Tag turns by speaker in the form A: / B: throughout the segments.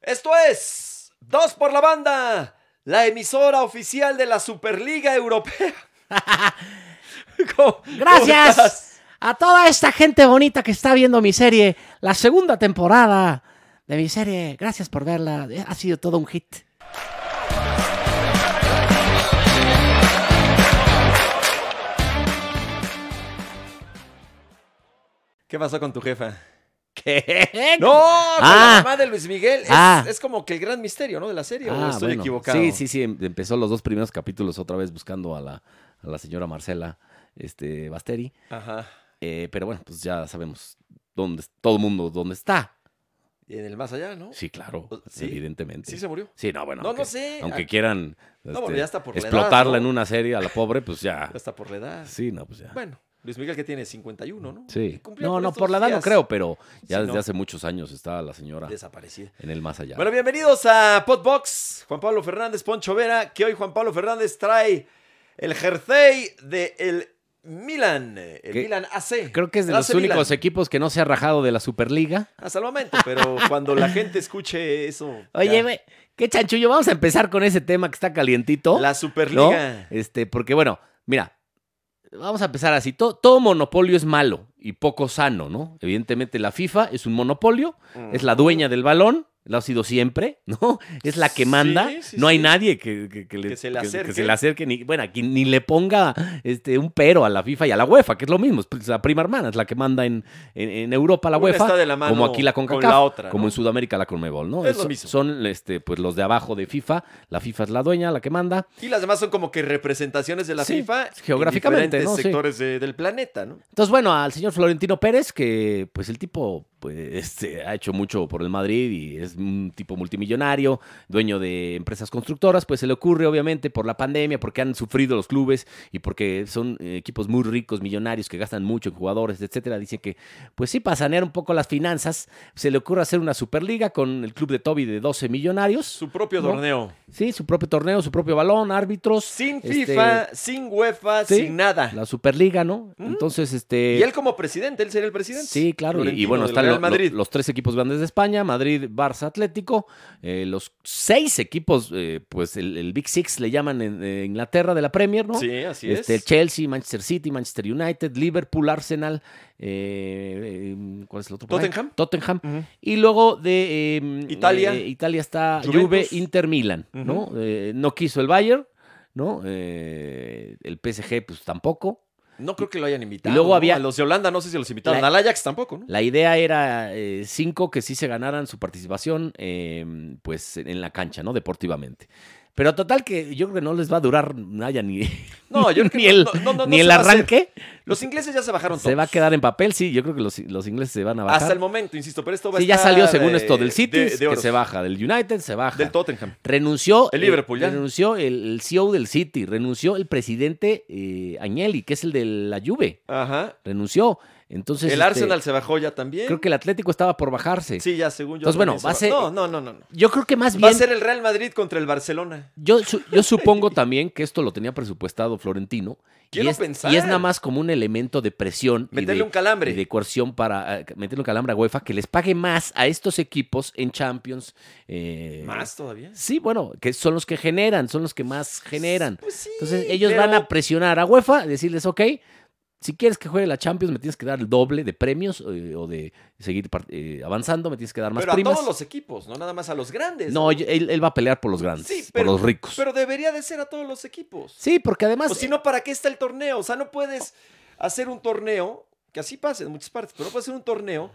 A: Esto es Dos por la Banda, la emisora oficial de la Superliga Europea. ¿Cómo- cómo estás?
B: Gracias a toda esta gente bonita que está viendo mi serie, la segunda temporada de mi serie. Gracias por verla. Ha sido todo un hit.
A: ¿Qué pasó con tu jefa?
B: ¿Qué?
A: No, con la
B: Ah.
A: mamá de Luis Miguel. Es,
B: Ah.
A: es como que el gran misterio, ¿no? De la serie, ¿o
C: Ah,
A: estoy
C: bueno.
A: equivocado?
C: Sí, sí, sí. em- Empezó los dos primeros capítulos otra vez buscando a la, a la señora Marcela este, Basteri.
A: Ajá.
C: Eh, pero bueno, pues ya sabemos dónde es- todo el mundo dónde está.
A: Y en el más allá, ¿no?
C: Sí, claro.
A: Pues, ¿sí?
C: Evidentemente.
A: ¿Sí se murió.
C: Sí, no, bueno.
A: No,
C: aunque,
A: no sé.
C: Aunque
A: Ah.
C: quieran
A: bueno,
C: este,
A: ya está por la edad,
C: explotarla en
A: ¿no?
C: una serie a la pobre, pues ya.
A: Hasta por la edad.
C: Sí, no, pues ya.
A: Bueno, Luis Miguel que tiene 51, ¿no?
C: sí.
A: Cumplía
C: No, no,
A: estos
C: por la edad no
A: días.
C: creo, pero ya
A: Sí,
C: desde
A: no.
C: hace muchos años está la señora
A: Desaparecida.
C: en el más allá.
A: Bueno, bienvenidos a Podbox. Juan Pablo Fernández, Poncho Vera, que hoy Juan Pablo Fernández trae el jersey de el Milan, el
C: Que-
A: Milan AC.
C: Creo que es de
A: El
C: los
A: AC Milan.
C: únicos equipos que no se ha rajado de la Superliga.
A: Hasta el momento, pero cuando la gente escuche eso.
C: Oye,
A: ya.
C: güey, qué chanchullo. Vamos a empezar con ese tema que está calientito.
A: La
C: ¿no?
A: Superliga.
C: Este, porque bueno, mira, vamos a empezar así. To- todo monopolio es malo y poco sano, ¿no? Evidentemente la FIFA es un monopolio, es la dueña del balón, lo ha sido siempre, ¿no? Es la que
A: Sí,
C: manda.
A: sí,
C: no hay
A: sí.
C: nadie que, que- que le-
A: Que se le acerque.
C: se le acerque ni, bueno, que ni le ponga este, un pero a la FIFA y a la UEFA, que es lo mismo, es la prima hermana, es la que manda en, en- en Europa la
A: Una
C: UEFA.
A: está de la mano
C: como aquí la
A: con
C: CONCACAF,
A: la otra,
C: como
A: ¿no?
C: en Sudamérica la CONMEBOL, ¿no?
A: Es lo
C: Son-
A: mismo.
C: Son este, pues, los de abajo de FIFA, la FIFA es la dueña, la que manda.
A: Y las demás son como que representaciones de la
C: Sí,
A: FIFA
C: geográficamente,
A: en diferentes
C: ¿no? Sí.
A: sectores de- del planeta, ¿no?
C: Entonces, bueno, al señor Florentino Pérez, que pues el tipo pues, este, ha hecho mucho por el Madrid y es un tipo multimillonario, dueño de empresas constructoras, pues se le ocurre obviamente por la pandemia, porque han sufrido los clubes y porque son eh, equipos muy ricos, millonarios, que gastan mucho en jugadores, etcétera. Dicen que, pues sí, para sanear un poco las finanzas, se le ocurre hacer una superliga con el club de Toby de 12 millonarios.
A: Su propio
C: ¿No?
A: torneo.
C: Sí, su propio torneo, su propio balón, árbitros.
A: Sin
C: este,
A: FIFA, sin UEFA,
C: sí,
A: sin nada.
C: La Superliga, ¿no?
A: ¿Mm?
C: Entonces, este...
A: Y él como presidente, él sería el presidente.
C: Sí, claro. Y- Y,
A: Florentino
C: bueno,
A: del
C: están
A: Real
C: lo- lo-
A: Madrid.
C: los tres equipos grandes de España, Madrid, Barça, Atlético, eh, los seis equipos, eh, pues el, el Big Six le llaman en eh, Inglaterra de la Premier, ¿no?
A: Sí, así
C: Este,
A: es.
C: el Chelsea, Manchester City, Manchester United, Liverpool, Arsenal, eh, eh, ¿cuál es el otro? por ahí?
A: Tottenham.
C: Tottenham.
A: Ujú.
C: Y luego de eh,
A: Italia.
C: eh, Italia está
A: Juventus.
C: Juve, Inter, Milan, ¿no?
A: Ujú.
C: Eh, no quiso el Bayern, ¿no? Eh, el PSG, pues tampoco.
A: No creo que lo hayan invitado.
C: luego
A: ¿no?
C: había-
A: A los de Holanda no sé si los invitaron.
C: La-
A: Al Ajax tampoco, ¿no?
C: La idea era eh, cinco que sí se ganaran su participación eh, pues en la cancha, ¿no? Deportivamente. Pero total que yo creo que no les va a durar Naya ni,
A: No, yo creo que
C: ni el,
A: no, no, no, no
C: ni
A: se
C: el
A: va a hacer.
C: arranque.
A: Los ingleses ya se bajaron todos.
C: Se va a quedar en papel, sí. Yo creo que los, los ingleses se van a bajar.
A: Hasta el momento, insisto, pero esto va a
C: sí, ya
A: estar,
C: salió según
A: eh,
C: esto del City,
A: de- de
C: que
A: oros.
C: se baja. Del United se baja.
A: Del Tottenham.
C: renunció
A: El Liverpool, ya.
C: Renunció el, el CEO del City. Renunció el presidente eh, Agnelli, que es el de la Juve.
A: Ajá.
C: Renunció. Entonces,
A: el
C: este,
A: Arsenal se bajó ya también.
C: Creo que el Atlético estaba por bajarse.
A: Sí, ya según yo.
C: Entonces, bueno,
A: también se
C: va a ser-
A: No, no, no, no. no.
C: Yo creo que más
A: Va a
C: bien.
A: ser el Real Madrid contra el Barcelona.
C: Yo, su- yo supongo también que esto lo tenía presupuestado Florentino.
A: Quiero
C: y es,
A: pensar.
C: Y es nada más como un elemento de presión. y
A: Meterle
C: de-
A: un calambre.
C: Y de coerción para. eh, meterle un calambre a UEFA que les pague más a estos equipos en Champions. eh,
A: Más todavía.
C: Sí, bueno, que son los que generan, son los que más generan.
A: Pues sí,
C: Entonces ellos
A: pero-
C: van a presionar a UEFA, decirles, ok, si quieres que juegue la Champions, me tienes que dar el doble de premios eh, o de seguir par- eh, avanzando, me tienes que dar más
A: Pero
C: primas.
A: a todos los equipos, no nada más a los grandes.
C: No, yo- él, él va a pelear por los grandes,
A: Sí,
C: por
A: pero-
C: los ricos.
A: Pero debería de ser a todos los equipos.
C: Sí, porque además. eh,
A: O si no, ¿para qué está el torneo? O sea, no puedes hacer un torneo, que así pasa en muchas partes, pero no puedes hacer un torneo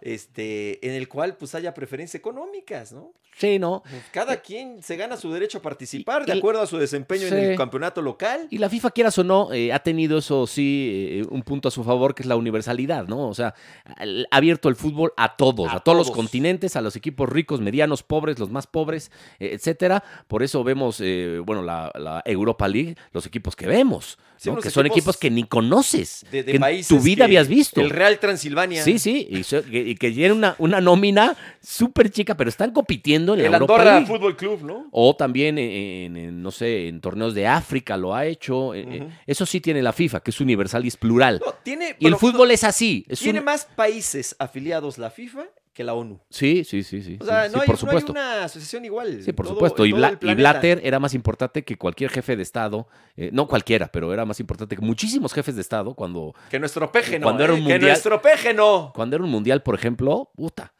A: este, en el cual pues haya preferencias económicas, ¿no?
C: Sí, no.
A: Pues, cada quien se gana su derecho a participar de
C: Eh, y-
A: acuerdo a su desempeño en
C: sí.
A: el campeonato local.
C: Y la FIFA, quieras o no, eh, ha tenido eso sí, eh, un punto a su favor, que es la universalidad, ¿no? O sea, al- ha abierto el fútbol a todos,
A: A
C: a, todos los
A: todos.
C: continentes, a los equipos ricos, medianos, pobres, los más pobres, eh, etcétera. Por eso vemos, eh, bueno, la, la Europa League, los equipos que vemos,
A: Sí,
C: ¿no?
A: unos
C: que son
A: equipos
C: equipos que ni conoces,
A: De, de
C: que en
A: países
C: tu vida
A: que-
C: habías visto.
A: El Real Transilvania.
C: Sí, sí, y, so- que- y que tiene una, una nómina súper chica, pero están compitiendo en la
A: El
C: Europa
A: Andorra
C: League.
A: Fútbol Club, ¿no?
C: O también en, en- en, no sé, en torneos de África lo ha hecho. eh, eh,
A: Ujú.
C: Eso sí tiene la FIFA, que es universal y es plural.
A: No, tiene,
C: y el
A: bueno,
C: fútbol es así. Es
A: tiene
C: un-
A: más países afiliados la FIFA que la ONU.
C: Sí, sí, sí, sí.
A: O sea,
C: sí, sí,
A: no, hay, no
C: por
A: hay
C: supuesto.
A: una asociación igual.
C: Sí, por
A: todo-
C: supuesto. Y,
A: todo
C: Bla-
A: el
C: y
A: planeta.
C: Blatter era más importante que cualquier jefe de Estado. eh, no cualquiera, pero era más importante que muchísimos jefes de Estado cuando,
A: Que nuestro péjeno.
C: Cuando era un
A: eh, Que
C: mundial-
A: nuestro péjeno.
C: cuando era un mundial, por ejemplo. Puta.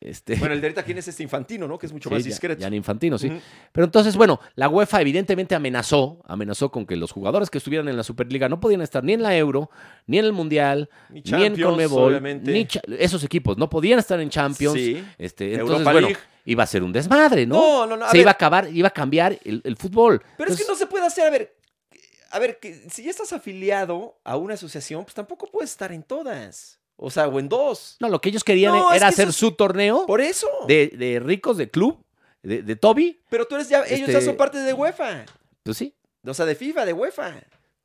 C: Este,
A: Bueno, el de ahorita, ¿quién es este infantino, no? Que es mucho
C: sí,
A: más
C: ya-
A: discreto.
C: Gianni Infantino, sí.
A: Ujú.
C: Pero entonces, bueno, la UEFA evidentemente amenazó, amenazó con que los jugadores que estuvieran en la Superliga no podían estar ni en la Euro, ni en el Mundial,
A: Ni
C: ni en
A: Champions,
C: Conmebol,
A: obviamente.
C: ni cha- esos equipos no podían estar en Champions.
A: Sí.
C: Este,
A: Europa
C: entonces, bueno,
A: League.
C: iba a ser un desmadre, ¿no?
A: No, no, no, a
C: Se
A: ver.
C: iba a acabar, iba a cambiar el, el fútbol.
A: Pero es que no se puede hacer, a ver, a ver, que si ya estás afiliado a una asociación, pues tampoco puedes estar en todas. O sea, o en dos.
C: no, lo que ellos querían
A: No, es
C: era
A: que
C: hacer
A: eso es-
C: su torneo
A: Por eso.
C: de, de ricos, de club, de, de Toby.
A: Pero tú eres ya, ellos ya
C: Este-
A: son parte de UEFA.
C: Pues sí.
A: O sea, de FIFA, de UEFA.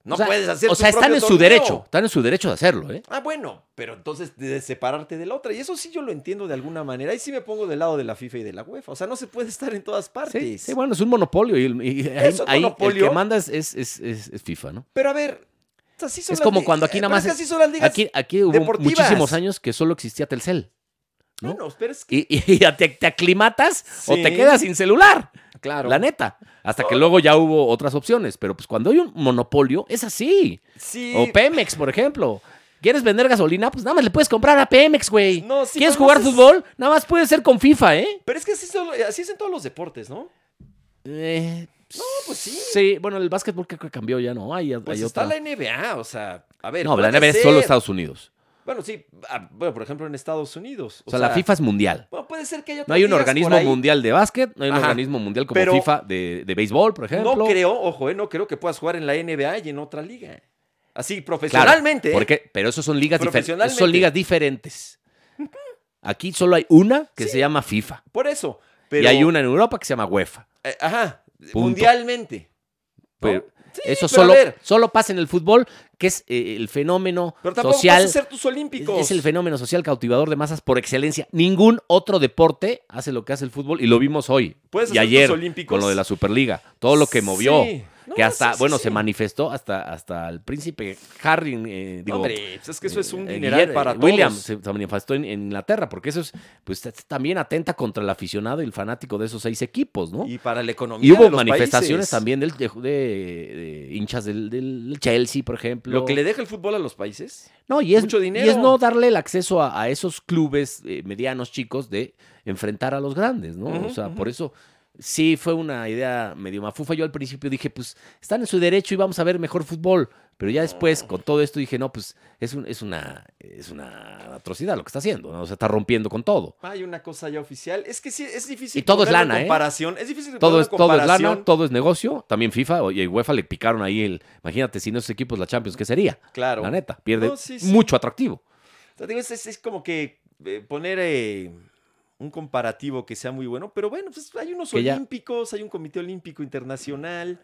A: No
C: O sea,
A: puedes hacer
C: O
A: tu
C: sea, están
A: propio
C: en su
A: torneo.
C: derecho, están en su derecho de hacerlo, ¿eh?
A: Ah, bueno, pero entonces de separarte de la otra. Y eso sí yo lo entiendo de alguna manera. Ahí sí me pongo del lado de la FIFA y de la UEFA. O sea, no se puede estar en todas partes.
C: Sí, sí, bueno, es un monopolio. Y, el- y ahí,
A: Es un
C: ahí
A: monopolio.
C: el que manda es, es- es- es- es FIFA, ¿no?
A: Pero a ver, o sea, así son
C: Es
A: las
C: como
A: li-
C: cuando aquí nada
A: pero
C: más
A: es que
C: es-
A: así son las ligas.
C: Aquí, aquí hubo
A: deportivas.
C: muchísimos años que solo existía Telcel. ¿no?
A: Bueno, pero es que...
C: Y, y- y te, te aclimatas o te
A: Sí.
C: quedas sin celular,
A: Claro.
C: la neta. Hasta que luego ya hubo otras opciones. Pero pues cuando hay un monopolio, es así.
A: Sí.
C: O Pemex, por ejemplo. ¿Quieres vender gasolina? Pues nada más le puedes comprar a Pemex, güey.
A: No, sí,
C: ¿Quieres
A: pero no
C: jugar
A: sé si-
C: fútbol? Nada más puede ser con FIFA, ¿eh?
A: Pero es que así, son- así es en todos los deportes, ¿no?
C: Eh,
A: pues sí.
C: Sí, bueno, el básquetbol creo que cambió ya, ¿no? Hay,
A: Pues
C: hay
A: está
C: otra.
A: la NBA, o sea, a ver.
C: No, la
A: puede
C: NBA es solo
A: ser.
C: Estados Unidos.
A: Bueno, sí, ah, bueno, por ejemplo en Estados Unidos.
C: O sea, la FIFA es mundial.
A: Bueno, puede ser que haya
C: No hay un
A: otras ligas por
C: organismo
A: ahí.
C: mundial de básquet, no hay un
A: Ajá.
C: organismo mundial como
A: Pero-
C: FIFA de, de béisbol, por ejemplo.
A: No creo, ojo, eh, no creo que puedas jugar en la NBA y en otra liga. Así,
C: Claro,
A: profesionalmente. ¿eh?
C: porque- pero eso son ligas diferentes.
A: Profesionalmente.
C: Son ligas diferentes. Aquí solo hay una que
A: Sí.
C: se llama FIFA.
A: Por eso. Pero,
C: Y hay una en Europa que se llama UEFA.
A: eh, ajá,
C: Punto.
A: mundialmente. ¿no?
C: Pero
A: Sí, pero
C: eso
A: a
C: solo,
A: ver,
C: solo pasa en el fútbol, que es eh, el fenómeno
A: pero tampoco
C: social.
A: vas a ser tus olímpicos.
C: Es el fenómeno social cautivador de masas por excelencia. Ningún otro deporte hace lo que hace el fútbol y lo vimos hoy
A: Puedes
C: y
A: hacer
C: ayer
A: tus olímpicos.
C: con lo de la Superliga. Todo lo que movió,
A: Sí. No,
C: que hasta,
A: sí, sí,
C: bueno,
A: sí.
C: se manifestó hasta, hasta el príncipe Harry, eh, digo,
A: Hombre, pues es que eso es un
C: eh,
A: dineral
C: Guillermo-
A: para
C: eh, William
A: todos.
C: se se manifestó en, en Inglaterra, porque eso es, pues t- también atenta contra el aficionado y el fanático de esos seis equipos, ¿no? Y,
A: Y para la economía.
C: hubo
A: de los
C: manifestaciones
A: países.
C: también del, de, de- de hinchas del, del Chelsea, por ejemplo.
A: Lo que le deja el fútbol a los países.
C: No, y es,
A: Mucho
C: y es
A: dinero.
C: no darle el acceso a, a esos clubes eh, medianos, chicos, de enfrentar a los grandes, ¿no?
A: Ujú,
C: o sea,
A: ujú.
C: por eso sí fue una idea medio mafufa. Yo al principio dije, pues están en su derecho y vamos a ver mejor fútbol. Pero ya después,
A: Ah.
C: con todo esto, dije, no, pues es, un- es, una, es una atrocidad lo que está haciendo, ¿no? O sea, está rompiendo con todo.
A: Hay una cosa ya oficial. Es que sí, es difícil.
C: Y todo es
A: ponerlo
C: lana,
A: en
C: ¿eh?
A: comparación. Es difícil
C: Todo
A: ponerlo
C: es,
A: en
C: todo es lana,
A: comparación.
C: todo es negocio. También FIFA o- y UEFA le picaron ahí el. Imagínate, sin esos equipos, la Champions, ¿qué sería?
A: Claro.
C: La neta, pierde
A: No, sí, sí.
C: mucho atractivo.
A: O sea, digo, es, es- es como que eh, poner eh, un comparativo que sea muy bueno. Pero bueno, pues hay unos
C: Que ya-
A: olímpicos, hay un comité olímpico internacional.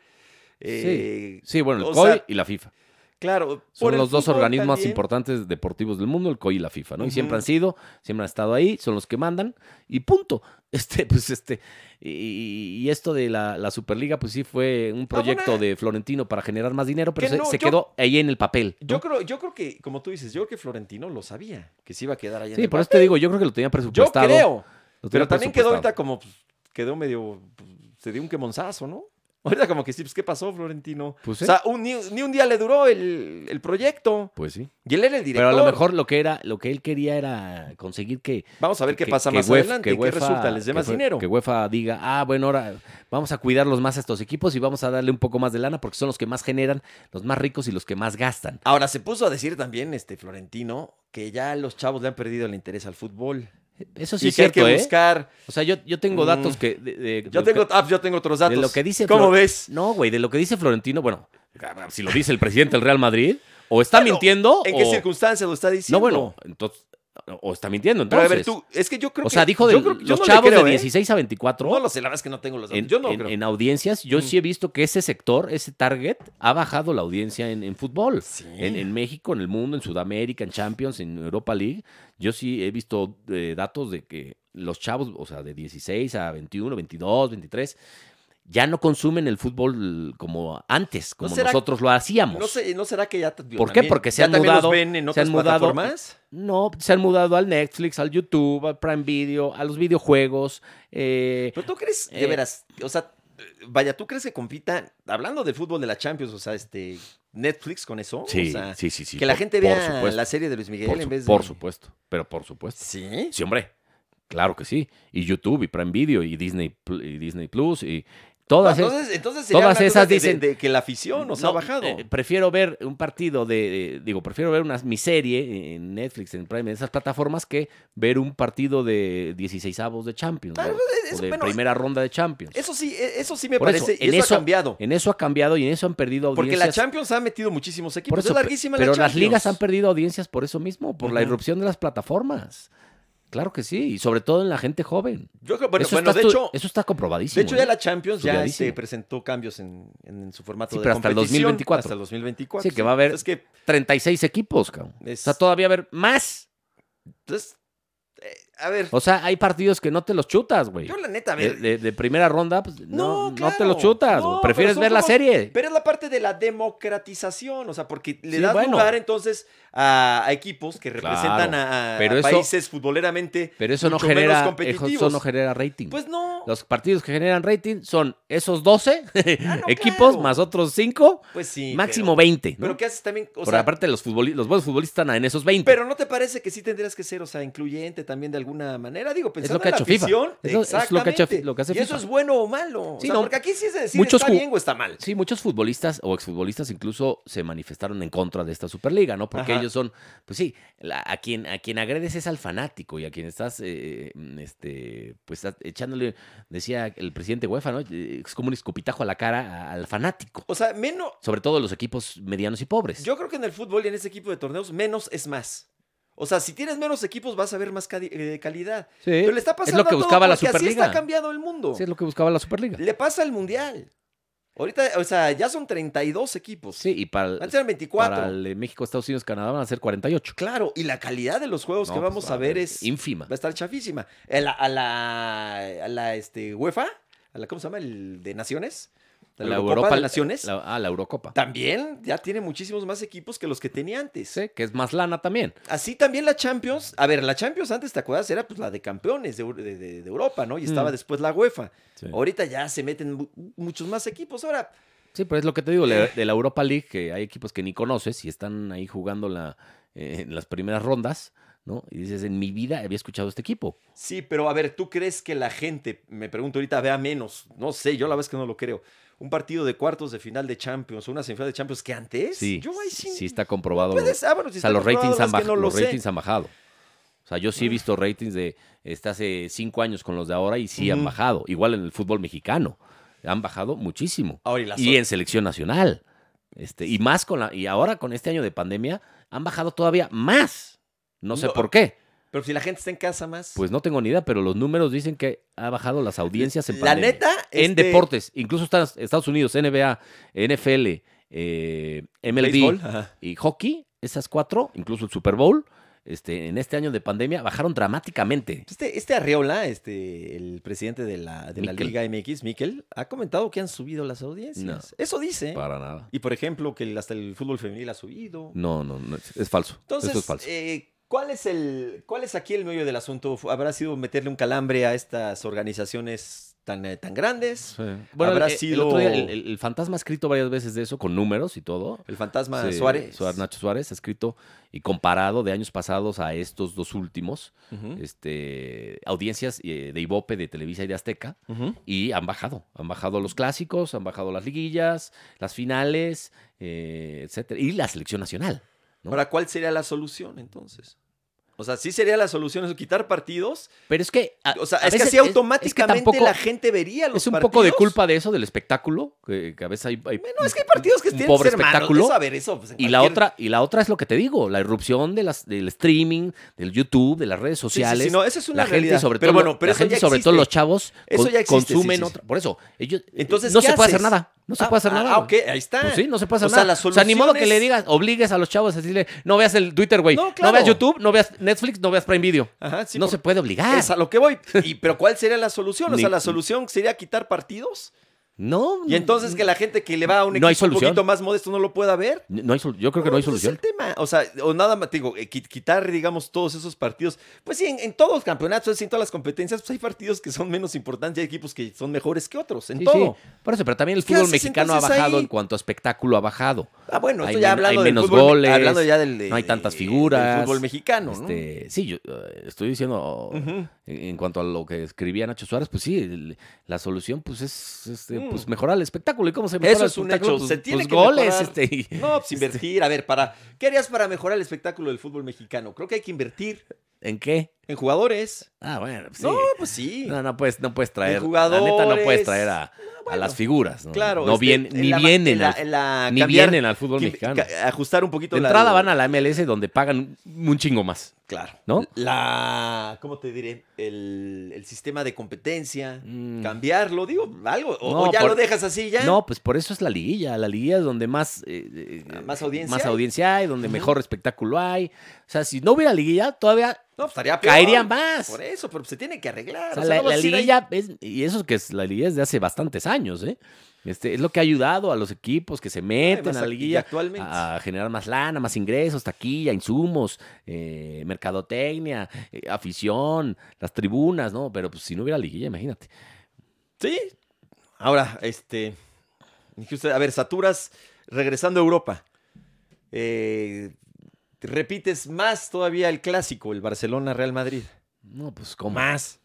A: eh,
C: Sí, bueno, el
A: o
C: COI
A: sea,
C: y la FIFA.
A: Claro. por
C: Son
A: el
C: los dos
A: fútbol
C: organismos más
A: también.
C: importantes deportivos del mundo, el COI y la FIFA, ¿no? Y siempre
A: Ujú.
C: han sido, siempre han estado ahí, son los que mandan y punto. Este, pues este, y, y esto de la, la Superliga, pues sí fue un proyecto
A: bueno.
C: de Florentino para generar más dinero, pero
A: Que
C: se,
A: no,
C: se
A: yo-
C: quedó ahí en el papel. ¿no?
A: Yo creo, yo creo que, como tú dices, yo creo que Florentino lo sabía, que se iba a quedar allá. en
C: sí,
A: el
C: por eso
A: papel.
C: te digo, yo creo que lo tenía
A: Yo
C: presupuestado.
A: creo.
C: lo tenía
A: Pero también quedó ahorita
C: presupuestado.
A: como, pues, quedó medio, pues, se dio un quemonzazo, ¿no? Ahorita como que sí, pues, ¿qué pasó, Florentino?
C: Pues,
A: O sea, un- ni, ni un día le duró el, el proyecto.
C: Pues sí.
A: Y él era el
C: Pero
A: director.
C: a lo mejor lo que era, lo que él quería era conseguir que
A: Vamos a ver qué
C: que-
A: pasa
C: que
A: más
C: UEFA-
A: adelante,
C: que
A: qué
C: UEFA-
A: resulta, les dé
C: que
A: más
C: fue-
A: dinero.
C: Que UEFA diga, ah, bueno, ahora vamos a cuidarlos más a estos equipos y vamos a darle un poco más de lana porque son los que más generan, los más ricos y los que más gastan.
A: Ahora, se puso a decir también, este, Florentino, que ya los chavos le han perdido el interés al fútbol.
C: Eso
A: y
C: sí es
A: que hay
C: cierto,
A: que
C: ¿eh?
A: buscar.
C: O sea, yo, yo tengo
A: Mm.
C: datos que... de- de-
A: Yo
C: de lo
A: tengo,
C: que-
A: ah, yo tengo otros datos.
C: de lo que dice
A: ¿Cómo
C: Flor-
A: ves?
C: No, güey, de lo que dice Florentino, bueno, si lo dice el presidente del Real Madrid, o está
A: Bueno,
C: mintiendo
A: ¿En qué
C: o-
A: circunstancia lo está diciendo?
C: No, bueno, entonces... O está mintiendo,
A: Pero
C: entonces.
A: a ver, tú, es que yo creo
C: o
A: que.
C: sea, dijo de
A: yo creo- yo
C: los
A: no le
C: chavos
A: creo,
C: de
A: ¿eh?
C: 16 a 24.
A: No lo sé, la verdad es que no tengo los datos.
C: en,
A: yo no
C: en-
A: creo.
C: en audiencias, yo
A: Mm.
C: sí he visto que ese sector, ese target, ha bajado la audiencia en, en fútbol.
A: Sí.
C: En, en México, en el mundo, en Sudamérica, en Champions, en Europa League. Yo sí he visto eh, datos de que los chavos, o sea, de 16 a 21, 22, 23, ya no consumen el fútbol como antes, como
A: será-
C: nosotros lo hacíamos.
A: No, sé, ¿No será que ya t- digo,
C: ¿Por qué?
A: también-
C: Porque se
A: ya
C: han
A: también los
C: mudado-
A: ven en
C: se
A: otras
C: han mudado-
A: plataformas?
C: No, se han mudado al Netflix, al YouTube, al Prime Video, a los videojuegos. eh,
A: Pero tú crees, de
C: Eh.
A: veras, o sea, vaya, ¿tú crees que compita, hablando de fútbol de la Champions, o sea, este, Netflix con eso?
C: sí,
A: o sea,
C: sí, sí, sí.
A: que la
C: por-
A: gente
C: por
A: vea
C: supuesto,
A: la serie de Luis Miguel
C: por,
A: en
C: su-
A: vez de...
C: por supuesto, pero por supuesto.
A: ¿Sí?
C: Sí, hombre, claro que sí. Y YouTube, y Prime Video, y Disney, Pl- y Disney Plus, y todas esas.
A: entonces, entonces sería
C: todas
A: una cosa
C: esas
A: de-
C: dicen-
A: de, de que la afición nos ha
C: No,
A: bajado.
C: eh, prefiero ver un partido de, eh, digo, prefiero ver una, mi serie en Netflix, en Prime, en esas plataformas que ver un partido de 16 avos de Champions.
A: Ah,
C: ¿no?
A: es-
C: o de
A: bueno,
C: primera ronda de Champions.
A: Eso sí, e- eso sí me
C: Por eso,
A: parece, y
C: en
A: eso,
C: eso-
A: ha cambiado.
C: En eso ha cambiado y en eso han perdido
A: Porque
C: audiencias.
A: la Champions ha metido muchísimos equipos.
C: por eso,
A: es larguísima
C: pero
A: la Champions.
C: las ligas han perdido audiencias por eso mismo, por la
A: Ujú.
C: irrupción de las plataformas. Claro que sí, y sobre todo en la gente joven.
A: Yo creo- bueno,
C: eso,
A: bueno,
C: está
A: de
C: estu-
A: hecho,
C: eso está comprobadísimo.
A: de hecho ya
C: ¿eh?
A: la Champions ya
C: Estudiadísimo.
A: este, presentó cambios en, en su formato
C: Sí,
A: de
C: pero hasta el
A: competición,
C: 2024.
A: Hasta el 2024.
C: Sí, que va a haber-
A: Es que
C: 36 equipos, cabrón.
A: Es-
C: O sea, todavía haber más.
A: Entonces, eh, a ver,
C: O sea, hay partidos que no te los chutas, güey.
A: yo la neta, a
C: De,
A: ver,
C: de- de primera ronda, pues
A: No,
C: no, no, te
A: claro.
C: los chutas.
A: No,
C: güey.
A: pero
C: Prefieres
A: son
C: ver la
A: como-
C: serie.
A: pero es la parte de la democratización, o sea, porque le
C: Sí,
A: das
C: bueno.
A: lugar entonces a, a equipos que
C: Claro,
A: representan a, a-
C: pero
A: a
C: eso-
A: países futboleramente,
C: Pero eso no,
A: mucho menos
C: genera, eso
A: competitivos.
C: no genera rating.
A: pues no,
C: Los partidos que generan rating son esos 12
A: ah, no,
C: equipos
A: claro.
C: más otros 5,
A: pues sí.
C: máximo
A: pero-
C: 20. ¿no?
A: Pero ¿qué haces también? O
C: Porque
A: sea,
C: aparte los, futboli- los buenos futbolistas están en esos 20.
A: pero ¿no te parece que sí tendrías que ser, o sea, incluyente también de alguna manera? Digo, pensando
C: que
A: en la
C: ha hecho FIFA.
A: afición,
C: Es lo- es lo que ha hecho-
A: exactamente.
C: lo que hace
A: y eso
C: FIFA.
A: es bueno o malo. o
C: Sí,
A: sea,
C: no.
A: porque aquí sí se decide
C: Muchos
A: está
C: ju-
A: bien o está mal.
C: Sí, muchos futbolistas o exfutbolistas incluso se manifestaron en contra de esta Superliga, ¿no? Porque
A: Ajá.
C: ellos son, pues sí, la- a, quien, a quien agredes es al fanático y a quien estás, eh, este, pues a- echándole, decía el presidente UEFA, ¿no? Eh, Es como un escupitajo a la cara a- al fanático,
A: O sea, menos,
C: sobre todo los equipos medianos y pobres.
A: Yo creo que en el fútbol y en este equipo de torneos, menos es más. O sea, si tienes menos equipos, vas a ver más cadi- eh, calidad.
C: Sí,
A: Pero le está
C: es
A: pasando
C: lo que
A: a todo,
C: buscaba la
A: porque Así está
C: Superliga.
A: cambiado el mundo.
C: Sí, es lo que buscaba la Superliga.
A: Le pasa al Mundial. Ahorita, o sea, ya son 32 equipos.
C: Sí, y para, el-
A: Antes eran 24.
C: para el, eh, México, Estados Unidos, Canadá van a ser 48.
A: Claro, y la calidad de los juegos
C: No,
A: que
C: pues,
A: vamos a ver es...
C: Ínfima.
A: Va a estar chafísima. A la, a la, a la, este, UEFA, a la, ¿cómo se llama? El de Naciones. La, Eurocopa de Naciones.
C: la- ah, la Eurocopa.
A: También ya tiene muchísimos más equipos que los que tenía antes.
C: Sí, que es más lana también.
A: Así también la Champions. A ver, la Champions antes, ¿te acuerdas? Era pues la de campeones de, Eu- de- de- de Europa, ¿no? Y estaba
C: Mm.
A: después la UEFA.
C: Sí.
A: Ahorita ya se meten mu- muchos más equipos. Ahora,
C: Sí, pero es lo que te digo, la-
A: Eh.
C: de la Europa League, que hay equipos que ni conoces y están ahí jugando la, eh, en las primeras rondas, ¿no? Y dices, en mi vida había escuchado este equipo.
A: sí, pero a ver, ¿tú crees que la gente, me pregunto ahorita, vea menos? No sé, yo la verdad es que no lo creo. Un partido de cuartos de final de Champions, una semifinal de Champions que antes.
C: Sí,
A: yo ahí sí.
C: sí está comprobado. lo-
A: puedes, ah, bueno, si
C: o
A: está
C: sea, los ratings,
A: comprobado,
C: han,
A: la verdad es que no
C: baj-
A: lo
C: los
A: sé. Mm.
C: ratings han bajado. O sea, yo sí he visto ratings de este, hace cinco años con los de ahora y sí han
A: Ujú.
C: bajado. Igual en el fútbol mexicano. Han bajado muchísimo.
A: Ahora, y las
C: y en selección nacional. Este, y más con la, y ahora con este año de pandemia, han bajado todavía más. No sé
A: No.
C: por qué.
A: Pero si la gente está en casa más.
C: Pues no tengo ni idea, pero los números dicen que ha bajado las audiencias en
A: La
C: pandemia.
A: neta.
C: En
A: este,
C: deportes, incluso Estados, Estados Unidos, NBA, NFL, eh, MLB
A: béisbol, ajá.
C: y hockey, esas cuatro, incluso el Super Bowl, este, en este año de pandemia bajaron dramáticamente.
A: Este, este Arreola, este, el presidente de la, de la
C: Miquel.
A: Liga MX, Miquel, ha comentado que han subido las audiencias.
C: No.
A: Eso dice.
C: Para nada.
A: Y por ejemplo, que el- hasta el fútbol femenil ha subido.
C: No, no, no, es, es falso.
A: Entonces,
C: Eso es falso.
A: eh, ¿cuál, es el, ¿cuál es aquí el medio del asunto? ¿Fu- ¿Habrá sido meterle un calambre a estas organizaciones tan, eh, tan grandes?
C: Sí. Bueno, eh,
A: habrá
C: el, el
A: sido-
C: otro día el, el- el fantasma ha escrito varias veces de eso, con números y todo.
A: El fantasma
C: Sí,
A: Suárez.
C: Nacho Suárez ha escrito y comparado de años pasados a estos dos últimos,
A: Ujú,
C: este, audiencias eh, de Ibope, de Televisa y de Azteca,
A: ujú.
C: y han bajado. Han bajado los clásicos, han bajado las liguillas, las finales, eh, etcétera. Y la selección nacional. ¿no?
A: Ahora, ¿cuál sería la solución entonces? O sea, sí sería la solución eso, quitar partidos.
C: Pero es que. a-
A: O sea,
C: a
A: es que
C: veces
A: así
C: es- es que
A: automáticamente
C: tampoco-
A: la gente vería los
C: Es un poco de
A: partidos.
C: culpa de eso, del espectáculo, que, que a veces hay. hay
A: No, es que hay partidos que
C: un
A: tienen
C: pobre
A: que ser malos.
C: espectáculo.
A: Eso, a ver, eso, pues, en
C: Y la,
A: cualquier-
C: otra, y la otra es lo que te digo, la irrupción de las, del streaming, del YouTube, de las redes
A: Sí, sí, sí,
C: sociales.
A: no, esa es una
C: la gente
A: realidad.
C: y sobre
A: pero
C: todo,
A: bueno, pero
C: la
A: eso
C: gente
A: ya
C: y sobre todo
A: existe.
C: los chavos
A: Eso
C: con-
A: ya existe, sí,
C: consumen
A: sí, sí.
C: otra. Por eso, ellos
A: Entonces,
C: no
A: ¿qué
C: se puede hacer
A: haces?
C: nada. No se
A: Ah,
C: puede hacer
A: ah,
C: nada.
A: Ah,
C: güey.
A: ok, ahí está.
C: Pues sí, no se puede hacer
A: O sea,
C: nada.
A: las
C: O sea, ni modo que
A: soluciones-
C: le digas, obligues a los chavos a decirle, no veas el Twitter, güey.
A: No,
C: No,
A: claro.
C: veas YouTube, no veas Netflix, no veas Prime Video.
A: Ajá, sí,
C: no
A: por-
C: se puede obligar.
A: Es a lo que voy. Y, pero ¿cuál sería la solución? O
C: Ni-
A: sea, la solución sería quitar partidos.
C: No.
A: Y entonces que la gente que le va a un
C: No
A: equipo
C: hay
A: un
C: solución.
A: poquito más modesto no lo pueda ver.
C: No hay sol- yo creo que no hay
A: Ese
C: solución.
A: Es el tema. O sea, o nada más, te digo, eh, qui- quitar, digamos, todos esos partidos. Pues sí, en, en todos los campeonatos, en todas las competencias, pues hay partidos que son menos importantes y hay equipos que son mejores que otros, en
C: Sí,
A: todo.
C: sí. Por eso, pero también el
A: ¿Qué
C: fútbol
A: haces
C: mexicano ha
A: entonces
C: bajado
A: ahí?
C: en cuanto a espectáculo, ha bajado.
A: Ah, bueno, esto
C: Hay
A: ya
C: men- hay
A: hablando del
C: menos
A: fútbol,
C: goles,
A: hablando ya del de-
C: no hay tantas
A: del
C: figuras,
A: fútbol mexicano, ¿no?
C: Este, sí, yo eh, estoy diciendo
A: Ujú.
C: en en cuanto a lo que escribía Nacho Suárez, pues sí, el- la solución pues es este,
A: Mm.
C: pues mejorar el espectáculo. ¿Y cómo se mejora
A: Eso
C: el
A: es un
C: espectáculo?
A: hecho. Se
C: Pues-
A: tiene
C: pues
A: que
C: goles,
A: mejorar.
C: este, y-
A: No, pues invertir. A ver, para. ¿Qué harías para mejorar el espectáculo del fútbol mexicano? Creo que hay que invertir
C: ¿En qué?
A: en jugadores.
C: Ah, bueno, pues, sí.
A: No, pues sí.
C: No, no puedes, no puedes traer. La neta no
A: jugadores.
C: puedes traer a, a las
A: bueno.
C: figuras. ¿no?
A: Claro.
C: No
A: este,
C: bien-
A: en
C: ni
A: la- en
C: vienen
A: la-
C: al,
A: en la-
C: ni
A: cambiar-
C: vienen al fútbol
A: que-
C: mexicano.
A: ca- eh, Ajustar un poquito
C: De
A: la-
C: entrada van a la MLS donde pagan un chingo más.
A: Claro.
C: ¿No?
A: La. ¿Cómo te diré? El, el sistema de competencia.
C: Mm.
A: Cambiarlo, digo, algo. O,
C: No,
A: o ya
C: por-
A: lo dejas así, ya.
C: No, pues por eso es la liguilla. La liguilla es donde más, eh, eh,
A: Ah, más audiencia
C: más
A: hay.
C: audiencia hay, donde
A: Ujú.
C: mejor espectáculo hay. O sea, si no hubiera liguilla, todavía
A: No, pues, estaría peor.
C: caería más.
A: Por eso, pero se tiene que arreglar.
C: O sea,
A: O sea,
C: la,
A: no vas
C: la
A: a ir ahí-
C: liguilla es- y eso que es la liguilla es de hace bastantes años, ¿eh? Este, es lo que ha ayudado a los equipos que se meten
A: Además,
C: a la
A: aquí-
C: liguilla
A: actualmente.
C: a generar más lana, más ingresos, taquilla, insumos, eh, mercadotecnia, eh, afición, las tribunas, ¿no? Pero pues, si no hubiera liguilla, imagínate.
A: Sí. Ahora, este. dije usted, a ver, saturas regresando a Europa. Eh, repites más todavía el clásico, el Barcelona-Real Madrid.
C: No, pues cómo.
A: Más.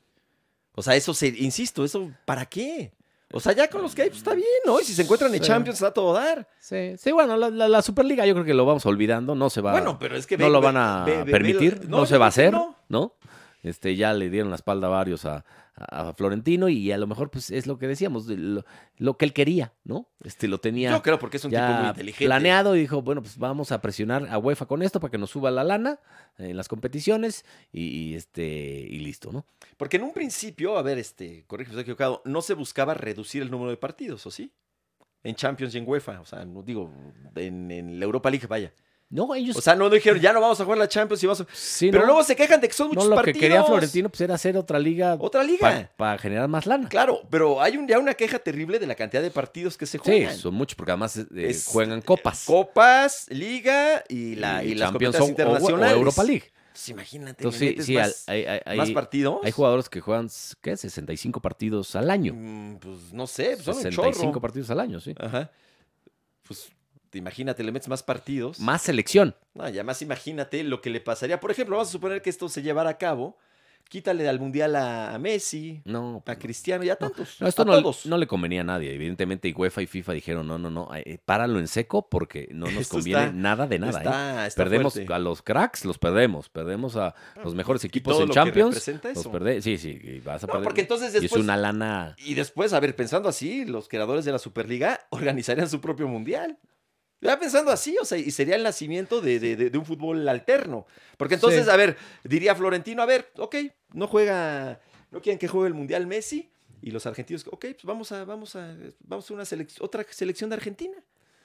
A: O sea, eso se, insisto, eso, ¿para qué? O sea, ya con los que hay, pues está bien, ¿no? Y si se encuentran en
C: Sí.
A: Champions, está a todo dar.
C: Sí, sí, bueno, la, la- la Superliga yo creo que lo vamos olvidando, no se va
A: Bueno, pero es que.
C: no
A: ve-
C: lo
A: ve-
C: van a
A: ve- ve- ve-
C: permitir, no, se
A: yo
C: va a
A: creo
C: hacer,
A: que
C: ¿no? Este, ya le dieron la espalda a varios a, a Florentino y a lo mejor pues es lo que decíamos, de lo, lo que él quería, ¿no? Este lo tenía
A: Yo creo porque es un
C: ya
A: tipo muy inteligente.
C: planeado y dijo, bueno, pues vamos a presionar a UEFA con esto para que nos suba la lana en las competiciones y, y, este y listo, ¿no?
A: Porque en un principio, a ver, este, corrígeme si estoy equivocado, no se buscaba reducir el número de partidos, ¿o sí? En Champions y en UEFA, o sea, no digo, en, en la Europa League, vaya.
C: No, ellos
A: O sea, no dijeron, ya no vamos a jugar la Champions y vamos a...
C: Pues sí,
A: Pero
C: no,
A: luego se quejan de que son
C: no,
A: muchos
C: lo
A: partidos.
C: que quería Florentino pues era hacer otra liga
A: Otra liga.
C: para generar más lana.
A: Claro, pero hay un, ya una queja terrible de la cantidad de partidos que se
C: Sí,
A: juegan.
C: son muchos porque además eh,
A: Es-
C: juegan copas.
A: Copas, Liga y, la, y, las
C: Champions
A: competencias
C: o- o-
A: internacionales.
C: O, Europa League.
A: Pues imagínate, le
C: Entonces, sí,
A: metes
C: sí, al-
A: más,
C: hay, hay- hay-
A: más partidos.
C: hay jugadores que juegan, ¿qué? 65 partidos al año.
A: Mm, Pues no sé, pues son un
C: 65
A: chorro. Ah,
C: partidos al año, sí.
A: Ajá. Pues imagínate, le metes más partidos.
C: Más selección.
A: No, y además imagínate lo que le pasaría. Por ejemplo, vamos a suponer que esto se llevara a cabo. Quítale al Mundial a, a Messi,
C: No,
A: a Cristiano y a tantos.
C: no, esto
A: a
C: no,
A: todos.
C: no le convenía a nadie. Evidentemente, y UEFA y FIFA dijeron, no, no, no, eh, páralo en seco porque no nos
A: Esto
C: conviene
A: está-
C: nada de nada. ¿eh?
A: Está- está
C: Perdemos
A: fuerte. Ah,
C: a los cracks, los perdemos. Perdemos a los mejores
A: Y
C: equipos
A: todo
C: en
A: lo que
C: Champions.
A: representa
C: Los
A: eso.
C: perde- sí, sí, y vas a
A: No,
C: perder.
A: porque entonces
C: y es
A: después-
C: una lana.
A: Y después, a ver, pensando así, los creadores de la Superliga organizarían su propio mundial. Ya pensando así, o sea, y sería el nacimiento de, de- de- de un fútbol alterno. Porque entonces,
C: Sí.
A: a ver, diría Florentino, a ver, ok, no juega, no quieren que juegue el mundial Messi y los argentinos, ok, pues vamos a, vamos a, vamos a hacer una selec- otra selección de Argentina.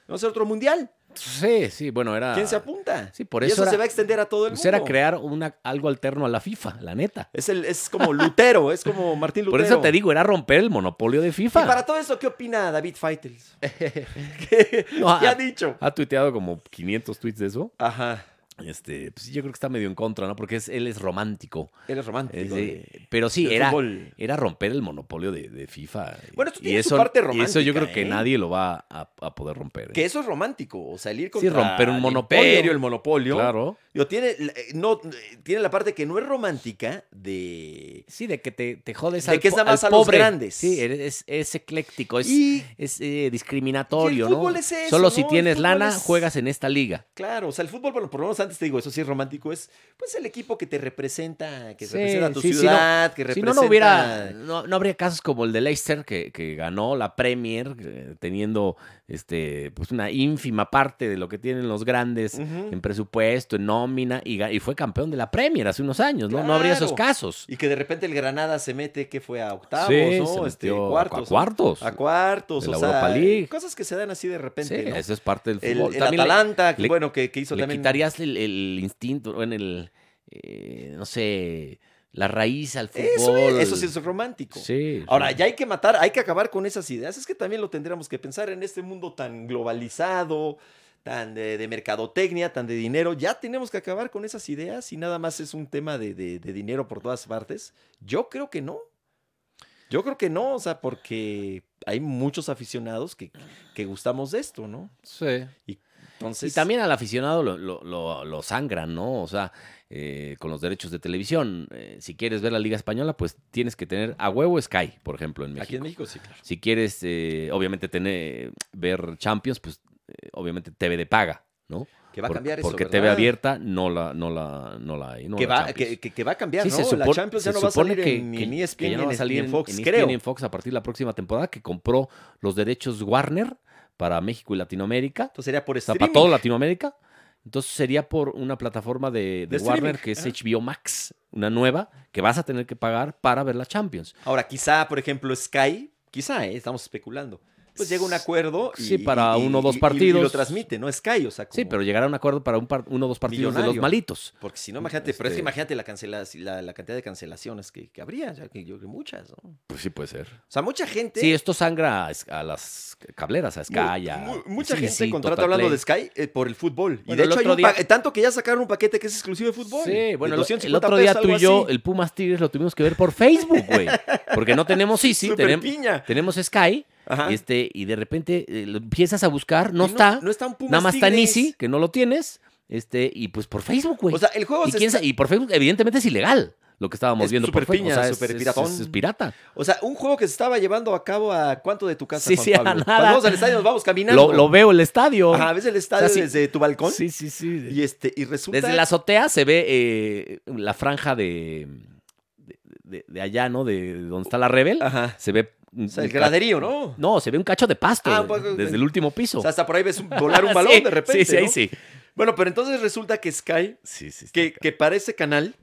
A: Vamos a hacer otro mundial.
C: Sí, sí, bueno, era.
A: ¿Quién se apunta?
C: Ah. Sí, por
A: Y
C: eso
A: eso
C: era-
A: se va a extender a todo el
C: Pues
A: mundo.
C: era crear una, algo alterno a la FIFA, la neta.
A: es, el, es como Lutero, es como Martín
C: Por
A: Lutero.
C: eso te digo, era romper el monopolio de FIFA.
A: Y para todo eso, ¿qué opina David Feitels?
C: No, ah,
A: ¿Qué ha
C: ha,
A: dicho?
C: ha tuiteado como 500 tweets de eso.
A: Ajá.
C: Este, pues yo creo que está medio en contra, ¿no? Porque es- él es romántico.
A: Eres
C: Es
A: romántico.
C: de-
A: de-
C: pero sí,
A: del
C: era,
A: fútbol.
C: era romper el monopolio de, de FIFA.
A: Bueno, esto
C: Y
A: tiene su parte
C: Y eso
A: romántica,
C: yo creo que
A: ¿eh?
C: nadie lo va a, a poder romper. ¿eh?
A: Que eso es romántico. O salir contra
C: romper un
A: el
C: monopolio.
A: imperio, el monopolio.
C: Claro.
A: Digo, tiene, eh, no, eh, tiene la parte que no es romántica de.
C: Sí, de que te, te jodes
A: De
C: al,
A: que es
C: po-
A: nada más
C: al
A: a los
C: pobre.
A: grandes.
C: Sí, es, es ecléctico, es,
A: y
C: es, eh, discriminatorio,
A: Y el fútbol
C: ¿no?
A: es eso,
C: Solo
A: ¿no?
C: si
A: El
C: tienes
A: fútbol
C: lana,
A: es-
C: juegas en esta liga.
A: claro, o sea, el fútbol, bueno, por lo menos antes te digo, eso sí es romántico, es pues el equipo que te representa, que
C: Sí,
A: representa a tu
C: sí, sí, no.
A: ciudad, que
C: Si
A: representa.
C: no, no hubiera, no, no habría casos como el de Leicester que, que ganó la Premier eh, teniendo este, pues una ínfima parte de lo que tienen los grandes
A: Ujú.
C: en presupuesto, en nómina y, ga- y fue campeón de la Premier hace unos años, ¿no? No habría esos
A: Claro.
C: casos.
A: Y que de repente el Granada se mete, que fue a octavos,
C: Sí,
A: ¿no?
C: se
A: este,
C: metió a
A: cuartos. ¿no?
C: cuartos.
A: A cuartos,
C: De la
A: o sea,
C: Pues, Europa League.
A: cosas que se dan así de
C: Sí,
A: repente, ¿no?
C: eso es parte del
A: El,
C: fútbol.
A: el
C: También le-
A: Atalanta, que,
C: le-
A: bueno, que, que hizo
C: le
A: también.
C: quitarías el, el instinto, en el, eh, no sé, la raíz al fútbol.
A: Eso, es- eso sí es romántico.
C: Sí.
A: Ahora,
C: sí.
A: ya hay que matar, hay que acabar con esas ideas. Es que también lo tendríamos que pensar en este mundo tan globalizado, tan de, de mercadotecnia, tan de dinero. Ya tenemos que acabar con esas ideas y nada más es un tema de, de- de dinero por todas partes. Yo creo que no. Yo creo que no, o sea, porque hay muchos aficionados que, que gustamos de esto, ¿no?
B: Sí.
A: Entonces,
C: Y también al aficionado lo, lo, lo- lo sangran, ¿no? O sea, eh, con los derechos de televisión. Eh, si quieres ver la Liga Española, pues tienes que tener a huevo Sky, por ejemplo, en México.
A: aquí en México sí, claro.
C: Si quieres, eh, obviamente, tener, ver Champions, pues eh, obviamente TV de paga, ¿no?
A: Que va
C: Por-
A: a cambiar eso.
C: Porque
A: ¿verdad?
C: TV abierta no la, no la, no la hay. no
A: que
C: la
A: va,
C: Champions.
A: que, que- que va a cambiar,
C: Sí,
A: ¿no?
C: se
A: la
C: supone-
A: Champions
C: se
A: ya no va a
C: supone
A: salir
C: que-
A: en,
C: que-
A: en E
C: que
A: ESPN,
C: ya no
A: ni
C: va a
A: en-
C: salir
A: ni en Fox,
C: en E
A: creo.
C: ESPN, en Fox a partir de la próxima temporada que compró los derechos Warner para México y Latinoamérica.
A: Entonces sería por
C: O sea,
A: streaming.
C: para todo Latinoamérica. Entonces sería por una plataforma de, de
A: De
C: Warner
A: streaming,
C: que es
A: ajá.
C: HBO Max, una nueva, que vas a tener que pagar para ver la Champions.
A: Ahora, quizá, por ejemplo, Sky, quizá, ¿eh? estamos especulando. Pues llega un acuerdo y,
C: Sí, para
A: y-
C: uno o
A: y-
C: dos
A: y- Y, lo
C: partidos.
A: transmite, ¿no? Sky, o sea, como-
C: Sí, pero llegará a un acuerdo para un par- uno o dos partidos de
A: Millonario.
C: los malitos.
A: Porque si no, imagínate, pero es que
C: Este-
A: imagínate la, cancela- la, la cantidad de cancelaciones que, que habría, ya que yo creo que muchas, ¿no? O
C: Pues sí, puede ser.
A: sea, mucha gente...
C: Sí, esto sangra a, es- a las cableras, a Sky,
A: mu-
C: a-
A: mu- mucha
C: sí,
A: gente
C: sí,
A: contrata
C: Total
A: hablando
C: Play.
A: de Sky eh, por el fútbol. y
C: Bueno,
A: de
C: el
A: hecho, hay
C: otro
A: un pa-
C: día-
A: tanto que ya sacaron un paquete que es exclusivo de fútbol.
C: Sí, bueno,
A: De
C: el-
A: 250
C: el otro día
A: pesos,
C: tú
A: algo
C: y yo,
A: así.
C: el Pumas Tigres lo tuvimos que ver por Facebook, güey. Porque no tenemos Easy,
A: Super
C: tenem-
A: piña.
C: tenemos Sky,
A: Ajá.
C: este, y de repente eh, lo empiezas a buscar,
A: Y
C: no, está,
A: No está un Pumas
C: nada más está en
A: Tigres.
C: Easy, que no lo tienes, este, y pues por Facebook, güey.
A: O sea, el juego
C: y,
A: se
C: quién
A: está-
C: sa- y por Facebook, evidentemente es ilegal lo que estábamos
A: Es
C: viendo por
A: súper
C: Facebook.
A: piña,
C: o sea, es,
A: súper
C: es-
A: piratón.
C: es- es pirata.
A: O sea, un juego que se estaba llevando a cabo a cuánto de tu casa,
C: Sí,
A: Juan
C: sí, a
A: Pablo?
C: nada.
A: Cuando vamos al estadio nos vamos caminando.
C: Lo, lo veo el estadio.
A: Ajá, ves el estadio
C: O sea, sí.
A: desde tu balcón
C: Sí, sí, sí.
A: y este y resulta
C: Desde la azotea se ve eh, la franja de, de, de- de allá, ¿no? De donde está la Rebel.
A: Ajá.
C: Se ve un,
A: O sea,
C: un
A: el
C: ca-
A: graderío, ¿no?
C: No, se ve un cacho de pasto
A: Ah,
C: de-
A: pues,
C: desde el último piso.
A: O sea, hasta por ahí ves un- volar un balón
C: Sí,
A: de repente.
C: Sí, sí, ahí
A: ¿no?
C: sí.
A: Bueno, pero entonces resulta que Sky,
C: Sí, sí. está
A: que,
C: ca-
A: que para ese canal,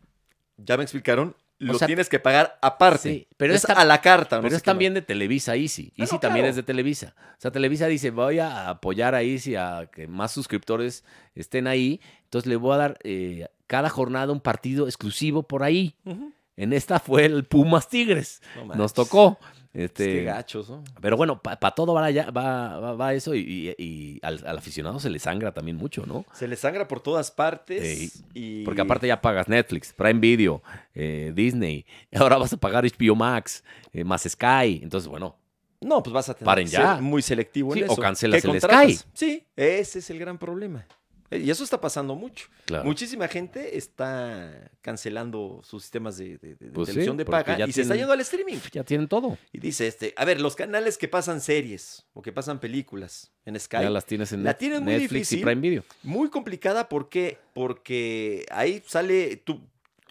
A: ya me explicaron, lo
C: sea,
A: tienes que pagar aparte.
C: sí, pero
A: es
C: esta-
A: a la carta, Ah, ¿no?
C: Pero
A: sé
C: es
A: qué
C: también de Televisa Easy.
A: Ah,
C: Easy
A: no,
C: también
A: claro.
C: es de Televisa. O sea, Televisa dice, voy a apoyar a Easy a que más suscriptores estén ahí. Entonces le voy a dar eh, cada jornada un partido exclusivo por ahí.
A: más. Ujú.
C: En esta fue el Pumas Tigres.
A: No manches.
C: Nos tocó.
A: Es
C: Este,
A: que gachos, ¿no?
C: Pero bueno, para todo va, allá- va, va- va eso y, y- y al, al aficionado se le sangra también mucho, ¿no?
A: Se le sangra por todas partes.
C: Sí,
A: y...
C: Porque aparte ya pagas Netflix, Prime Video, eh, Disney, ahora vas a pagar HBO Max, eh, más Sky, entonces bueno,
A: No, pues vas a tener
C: Paren
A: que
C: ya.
A: ser muy selectivo
C: Sí,
A: en
C: o
A: eso.
C: cancelas
A: ¿Qué
C: el
A: contratas?
C: Sky.
A: Sí, ese es el gran problema. Eh, Y eso está pasando mucho.
C: claro.
A: Muchísima gente está cancelando sus sistemas de, de- de- de
C: Pues sí,
A: televisión de
C: porque
A: paga y
C: ya
A: se está
C: tienen-
A: yendo al streaming.
C: ya tienen todo.
A: Y dice este, a ver, los canales que pasan series o que pasan películas en Sky,
C: Ya las tienes en
A: La
C: Net-
A: tienen muy
C: Netflix
A: difícil.
C: y Prime Video.
A: muy complicada porque porque ahí sale tú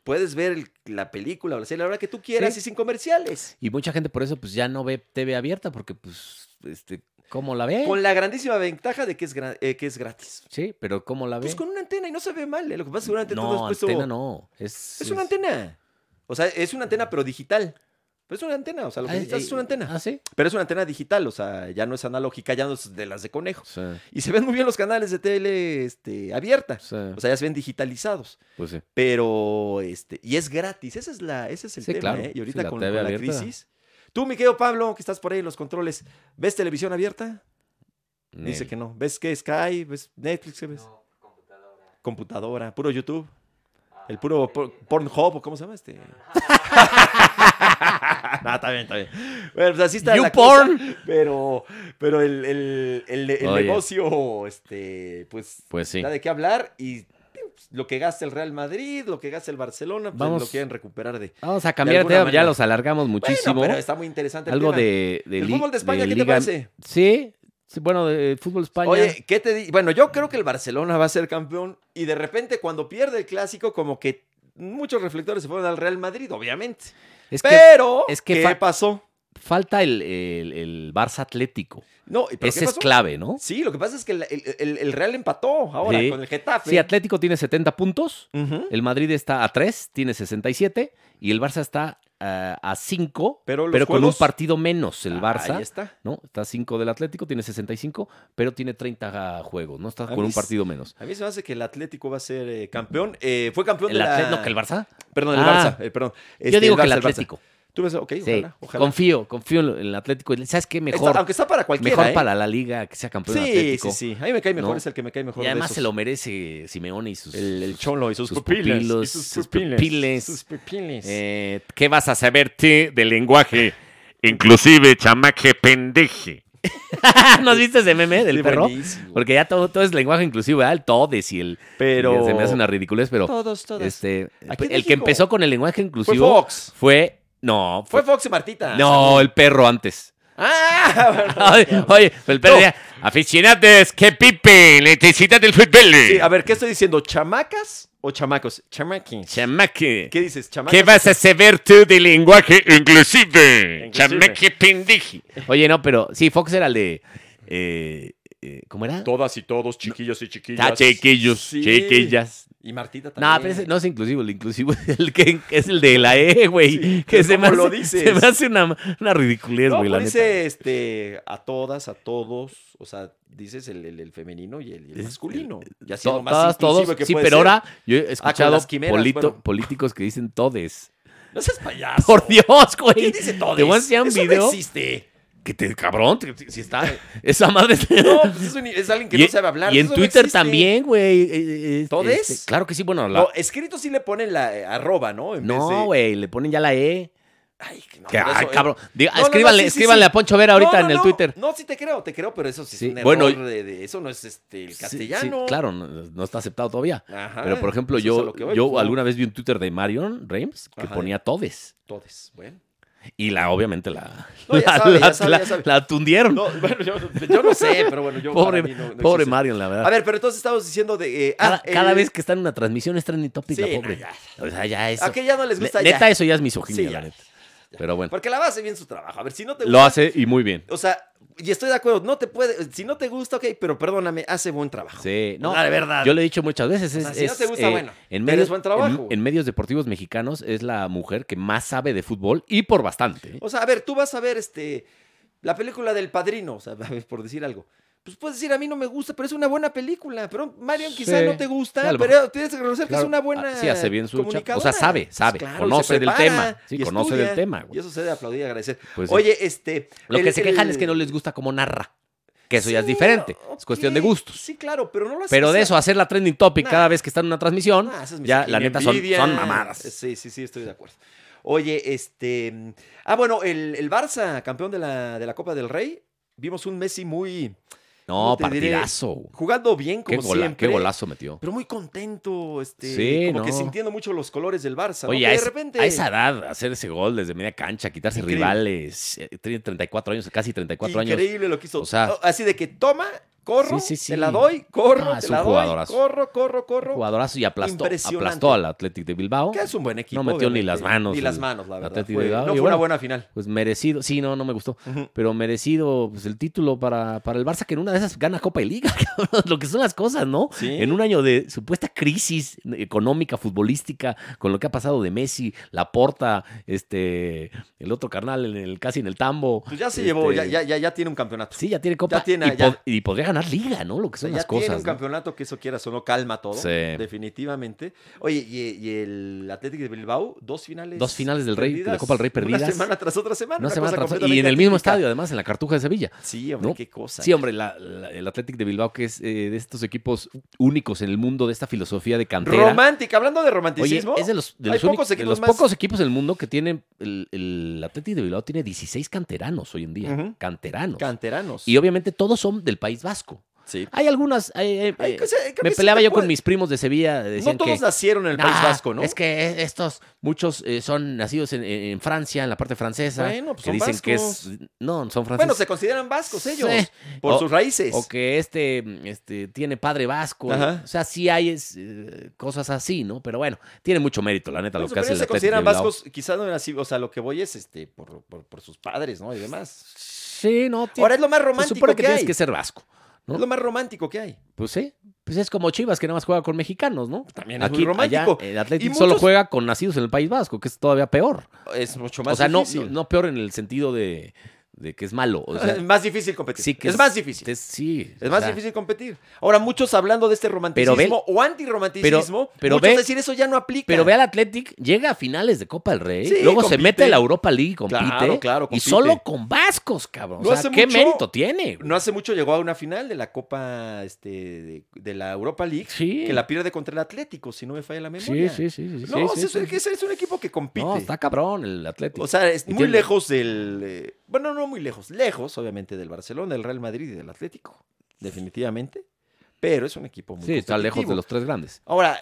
A: puedes ver el- la película o la serie a la hora que tú quieras
C: Sí.
A: y sin comerciales.
C: Y mucha gente por eso pues ya no ve TV abierta porque pues, este, ¿cómo la ve?
A: Con la grandísima ventaja de que es gra- eh, que es gratis.
C: Sí, pero ¿cómo la ve?
A: Pues con una antena y no se ve mal. eh. Lo que pasa es que una antena tú le
C: no,
A: has puesto-
C: antena no. Es,
A: Es una antena. O sea, es una antena, pero digital. Pero es una antena, o sea, lo que
C: Ah,
A: necesitas
C: eh,
A: es una antena.
C: ¿Ah, sí?
A: Pero es una antena digital, o sea, ya no es analógica, ya no es de las de conejo.
C: O sea,
A: Y se ven muy bien los canales de tele este, abierta.
C: o sea,
A: O sea, ya se ven digitalizados.
C: pues sí.
A: Pero, este, y es gratis. Ese es, la, ese es el
C: Sí,
A: tema,
C: claro.
A: ¿eh? Y
C: Sí,
A: ahorita
C: la
A: con,
C: TV
A: con la
C: abierta.
A: crisis. Tú, mi querido Pablo, que estás por ahí en los controles, ¿ves televisión abierta? Dice
C: Nel.
A: que no. ¿Ves qué? Sky, ¿ves Netflix? ¿Qué ves? computadora. Computadora, puro YouTube. El puro por- Pornhub, ¿o ¿cómo se llama este? no, está bien, está bien. Bueno, pues así está la cosa,
C: YouPorn.
A: Pero, pero el, el- el- el
C: Oye.
A: negocio, este, pues,
C: Pues sí.
A: da de qué hablar y pues, lo que gasta el Real Madrid, lo que gasta el Barcelona, pues
C: Vamos.
A: lo quieren recuperar de...
C: Vamos a cambiar
A: alguna
C: de tema, ya
A: manera.
C: los alargamos muchísimo.
A: Bueno, pero está muy interesante el
C: Algo
A: tema.
C: de, de
A: El
C: li-
A: fútbol de España, ¿qué te
C: Liga-
A: parece?
C: Sí, sí, bueno, de fútbol España.
A: Oye, ¿qué te di- Bueno, yo creo que el Barcelona va a ser campeón y de repente cuando pierde el clásico, como que muchos reflectores se fueron al Real Madrid, obviamente.
C: es que
A: Pero,
C: es que
A: ¿qué
C: fa-
A: pasó?
C: falta el, el- el Barça Atlético.
A: No, ¿pero qué
C: Ese es
A: pasó?
C: clave, ¿no?
A: Sí, lo que pasa es que el, el- el- el Real empató ahora
C: Sí.
A: con el Getafe.
C: Sí, Atlético tiene 70 puntos.
A: Ujú.
C: El Madrid está a 3, tiene 67. Y el Barça está ah, a 5,
A: Pero
C: pero,
A: los
C: con un
A: juegos- Ah,
C: partido menos el Barça.
A: Ahí está.
C: ¿no? Está 5 del Atlético, tiene 65, pero tiene 30 juegos, ¿no? Está
A: A
C: con
A: mí
C: un
A: s-
C: partido menos.
A: A mí se me hace que el Atlético va a ser eh, campeón. Eh, fue campeón
C: El
A: de la...
C: Atlético, que el Barça.
A: Perdón, el
C: Ah.
A: Barça. eh, perdón.
C: Yo
A: Este,
C: digo que el
A: Barça, Barça.
C: Atlético.
A: Tú ves, ok,
C: Sí,
A: ojalá, ojalá.
C: confío, confío en lo- en el Atlético. ¿Sabes qué?
A: Está-
C: Mejor,
A: aunque está para cualquiera,
C: mejor
A: ¿eh?
C: para la liga que sea campeón
A: Sí,
C: Atlético.
A: sí, sí. A mí me cae mejor,
C: ¿no?
A: es el que me cae mejor
C: Y
A: de
C: además
A: esos.
C: se lo merece Simeone y sus...
A: El, el cholo y sus,
C: sus
A: pupiles,
C: pupilos,
A: y sus,
C: sus
A: pupiles,
C: pupiles.
A: sus pupiles.
C: Eh, ¿Qué vas a saber?
D: Te de lenguaje, inclusive chamaque pendeje.
C: ¿Nos viste ese meme del
A: Sí,
C: perro?
A: buenísimo.
C: Porque ya todo, todo es lenguaje inclusivo, ¿verdad? El todes y el...
A: pero
C: Se me hace una ridiculez, pero...
A: todos, todos.
C: Este,
A: Aquí en
C: el que
A: México.
C: empezó con el lenguaje
A: fue
C: inclusivo
A: Fox.
C: fue- no,
A: Fue Fox y Martita.
C: No, el perro antes.
A: Ah,
C: Ay,
A: bueno,
C: Oye, el perro decía, aficionados, que pipe, necesitan el fútbol.
A: Sí, a ver, ¿qué estoy diciendo? ¿Chamacas o chamacos? Chamaquis.
C: Chamaque,
A: ¿Qué dices? ¿Chamacas?
D: ¿Qué vas a saber tú de lenguaje, inclusive,
A: Inclusive.
D: chamaque pendeje?
C: Oye, no, pero sí, Fox era el de... eh, eh, ¿Cómo era?
A: Todas y todos, chiquillos y chiquillas.
C: Ah, chiquillos,
A: Sí.
C: chiquillas.
A: Y Martita también.
C: No, pero ese no es inclusivo, el inclusivo es el que es el de la E, güey.
A: Sí, pero
C: que se me, hace,
A: ¿cómo lo dices?
C: se me hace una, una ridiculez,
A: No,
C: güey,
A: pues
C: la
A: dice
C: neta.
A: este, a todas, a todos, o sea, dices el, el- el femenino y el, y el
C: Es-
A: masculino. Ya
C: To-
A: siendo más inclusivo
C: todas, todos.
A: que
C: Sí,
A: puede
C: pero
A: ser. Ah,
C: ahora yo he escuchado
A: las quimeras,
C: polito-
A: bueno.
C: políticos que dicen todes.
A: No seas payaso.
C: Por Dios, güey.
A: ¿Quién dice todos?
C: Te voy a enseñar un
A: Eso no
C: video.
A: existe.
C: que te, cabrón, te- si está. Esa madre.
A: No, pues es, un- es alguien que
C: y, e
A: no sabe hablar.
C: y en
A: eso no
C: Twitter
A: existe.
C: también, güey. eh, eh, este,
A: ¿Todes?
C: este, claro que sí, bueno, la-
A: No, escrito sí le ponen la eh, arroba, ¿no? En vez de-
C: no, güey, le ponen ya la E.
A: Ay, que no,
C: Que,
A: pero
C: ay,
A: eso, eh,
C: cabrón. Diga,
A: No, no, no, sí,
C: escríbanle,
A: sí,
C: escríbanle
A: sí.
C: a Poncho Vera ahorita
A: No, no,
C: en el
A: no.
C: Twitter.
A: No, sí te creo, te creo, pero eso sí,
C: Sí,
A: es un error
C: bueno,
A: de, de- eso no es este el
C: Sí, sí,
A: castellano.
C: claro, no, no está aceptado todavía.
A: Ajá,
C: Pero, por ejemplo,
A: eso es a
C: yo,
A: lo que voy,
C: yo
A: pues, no.
C: alguna vez vi un Twitter de Marion Reims que
A: Ajá.
C: ponía todes.
A: Todes, bueno.
C: Y la, obviamente, la.
A: No, ya
C: la,
A: sabe, ya
C: la-
A: sabe,
C: la-
A: ya sabe.
C: la tundieron.
A: No, bueno, yo, yo no sé, pero bueno, yo
C: pobre
A: para mí no- no
C: pobre
A: existe.
C: Marion, la verdad.
A: A ver, pero entonces estamos diciendo de eh,
C: cada,
A: ah, el-
C: cada vez que está en una transmisión es trending topic,
A: Sí,
C: la
A: no,
C: pobre.
A: ya.
C: O sea, ya eso.
A: a que ya no les gusta
C: Ne- Neta,
A: ya.
C: eso ya es misoginia,
A: Sí, ya.
C: la neta. Pero bueno,
A: Porque la va a hacer bien su trabajo. A ver, si no te gusta,
C: lo hace y muy bien.
A: o sea, y estoy de acuerdo, no te puede, si no te gusta, ok, pero perdóname, hace buen trabajo.
C: Sí, no,
A: Ah, de verdad.
C: Yo lo he dicho muchas veces.
A: O
C: Es,
A: sea, si no
C: es, eh,
A: te gusta, bueno, pero
C: en medios,
A: es buen trabajo.
C: En, en medios deportivos mexicanos es la mujer que más sabe de fútbol y por bastante. ¿eh?
A: O sea, a ver, tú vas a ver este la película del Padrino, o sea, a ver, por decir algo. Pues puedes decir, a mí no me gusta, pero es una buena película. Pero Marion quizá
C: Sí.
A: no te
C: Sí, a
A: gusta,
C: lo
A: pero tienes que reconocer que
C: Claro.
A: es una buena.
C: Ah, sí, hace bien su chamba.
A: comunicadora.
C: O sea, sabe,
A: Pues
C: sabe,
A: claro, y
C: conoce
A: se
C: del
A: prepara,
C: tema. Sí,
A: y
C: conoce del tema, güey.
A: Y eso se debe aplaudir y agradecer.
C: Pues sí.
A: Oye, este.
C: Lo
A: el-
C: que se quejan
A: el-
C: es que no les gusta cómo narra. Que eso ya es
A: Sí,
C: diferente. Es cuestión de
A: ok,
C: gustos.
A: Sí, claro, pero no lo hace
C: Pero de
A: ser-
C: eso, hacer la trending topic
A: Nah.
C: cada vez que está en una transmisión,
A: Ah, esa es
C: ya
A: misoginia,
C: la neta son,
A: envidia.
C: son mamadas.
A: Sí, sí, sí, estoy de acuerdo. Oye, este. Ah, bueno, el, el Barça, campeón de la, de la Copa del Rey, vimos un Messi muy.
C: No,
A: ¿Cómo te diré?
C: partidazo. güey.
A: jugando bien,
C: Qué,
A: como
C: gola-
A: siempre. ¿eh?
C: qué golazo metió.
A: Pero muy contento, este,
C: Sí,
A: como que
C: no.
A: sintiendo mucho los colores del Barça. ¿no?
C: Oye,
A: Que
C: a,
A: de
C: esa-
A: repente.
C: a esa edad, hacer ese gol desde media cancha, quitarse
A: Increíble.
C: rivales, eh, tiene 34 años, casi 34 años.
A: increíble lo que hizo.
C: O sea-
A: Ah, Así de que toma, corro,
C: Sí, sí, sí.
A: te la doy, corro,
C: Ah, es
A: te
C: un
A: la doy,
C: jugadorazo.
A: corro, corro, corro.
C: Jugadorazo y aplastó,
A: Impresionante.
C: aplastó al Athletic de Bilbao.
A: Que es un buen equipo.
C: No metió ni
A: obviamente.
C: las manos
A: Ni
C: el-
A: las manos, la verdad.
C: Atleti de
A: Fue-
C: Bilbao.
A: no
C: Y
A: fue una
C: bueno.
A: buena final.
C: Pues merecido, sí, no, no me gustó.
A: Ujú.
C: Pero merecido pues, el título para, para el Barça, que en una de esas gana Copa y Liga, cabrón, lo que son las cosas, ¿no?
A: Sí.
C: En un año de supuesta crisis económica, futbolística, con lo que ha pasado de Messi, Laporta, este, el otro carnal, en el, casi en el tambo.
A: Pues ya se
C: este,
A: llevó, ya, ya, ya, ya tiene un campeonato.
C: Sí, ya tiene Copa.
A: Ya tiene-
C: y,
A: ya-
C: pod- y podría ganar Liga, ¿no? Lo que
A: O sea,
C: son
A: ya
C: las cosas.
A: tiene un
C: ¿no?
A: campeonato que eso quieras o no calma todo,
C: Sí.
A: definitivamente. Oye, y, y el Atlético de Bilbao, dos finales.
C: Dos finales del Rey, de la Copa del Rey
A: Una
C: perdidas.
A: semana tras otra semana.
C: No
A: una
C: se van
A: cosa
C: a trazar- Y en
A: completamente
C: el mismo
A: atípica.
C: estadio, además, en la Cartuja de Sevilla.
A: Sí, hombre,
C: ¿no?
A: qué cosa.
C: Sí, hombre, la- la- el Athletic de Bilbao, que es eh, de estos equipos únicos en el mundo, de esta filosofía de cantera.
A: Romántica, hablando de
C: Oye,
A: romanticismo.
C: es de los, de
A: Hay
C: los únicos-
A: pocos
C: de
A: equipos
C: los
A: más.
C: pocos equipos del mundo que tienen. El, el Athletic de Bilbao tiene 16 canteranos hoy en día.
A: Ujú.
C: Canteranos.
A: canteranos.
C: y obviamente todos son del País Vasco.
A: Sí.
C: Hay algunas. eh, eh,
A: Ay,
C: eh,
A: que se- que
C: me
A: sí
C: peleaba
A: te
C: yo con
A: puede-
C: mis primos de Sevilla.
A: No
C: Decían
A: todos
C: que,
A: nacieron en el País
B: Ah,
A: Vasco, ¿no?
B: Es que e- estos.
C: Muchos eh, son nacidos en, en- en Francia, en la parte francesa.
A: Bueno, pues
C: que
A: son
C: dicen que es.
A: vascos.
C: No, son franceses.
A: Bueno, se consideran vascos ellos,
B: Sí.
A: por
C: O-
A: sus raíces.
C: O que este, mm, este tiene padre vasco.
A: Ajá.
C: O sea, sí hay es, eh, cosas así, ¿no? Pero bueno, tiene mucho mérito, la neta,
A: Por
C: lo
A: eso,
C: que
A: pero
C: hace
A: ellos
C: el
A: se
C: Atlético
A: consideran
C: de Bilbao.
A: vascos, quizás no era así, o sea, lo que voy es este, por, por- por sus padres, ¿no? Y demás.
C: Sí, no. tiene-
A: Ahora es lo más
C: se
A: romántico
C: supone
A: que,
C: que,
A: hay.
C: tienes que ser vasco. ¿no?
A: Es lo más romántico que hay.
C: Pues sí. Pues es como Chivas, que nada más juega con mexicanos, ¿no?
A: También es muy romántico.
C: allá, el Atlético
A: Y
C: solo
A: muchos-
C: juega con nacidos en el País Vasco, que es todavía peor.
A: Es mucho más
C: O sea, no,
A: difícil.
C: no peor en el sentido de, de que es malo. O sea,
A: es más difícil competir.
C: sí que
A: es, más difícil. Es,
C: Es, sí. o
A: más
C: sea,
A: difícil competir. Ahora, muchos hablando de este romanticismo
C: ve-
A: o antirromanticismo,
C: pero
A: muchos
C: ve-
A: decir eso ya no aplica.
C: Pero ve al Athletic, llega a finales de Copa del Rey,
A: Sí,
C: luego se
A: compite.
C: mete a la Europa League, compite, ¿eh?
A: Claro, claro,
C: y
A: compite.
C: solo con vascos, cabrón.
A: No
C: o sea,
A: hace
C: ¿qué
A: mucho-
C: mérito tiene? güey?
A: No hace mucho llegó a una final de la Copa este, de, de la Europa League,
C: Sí.
A: que la pierde contra el Atlético, si no me falla la
C: sí,
A: memoria.
C: sí, sí, sí, sí,
A: No,
C: sí,
A: o sea, es,
C: sí.
A: es- es un equipo que compite.
C: No, está cabrón el Athletic.
A: O sea, es
C: Y
A: muy
C: tiene-
A: lejos del. eh, bueno, no muy lejos. Lejos, obviamente, del Barcelona, del Real Madrid y del Atlético. Definitivamente. Pero es un equipo muy.
C: sí, está lejos de
A: competitivo.
C: los tres grandes.
A: Ahora,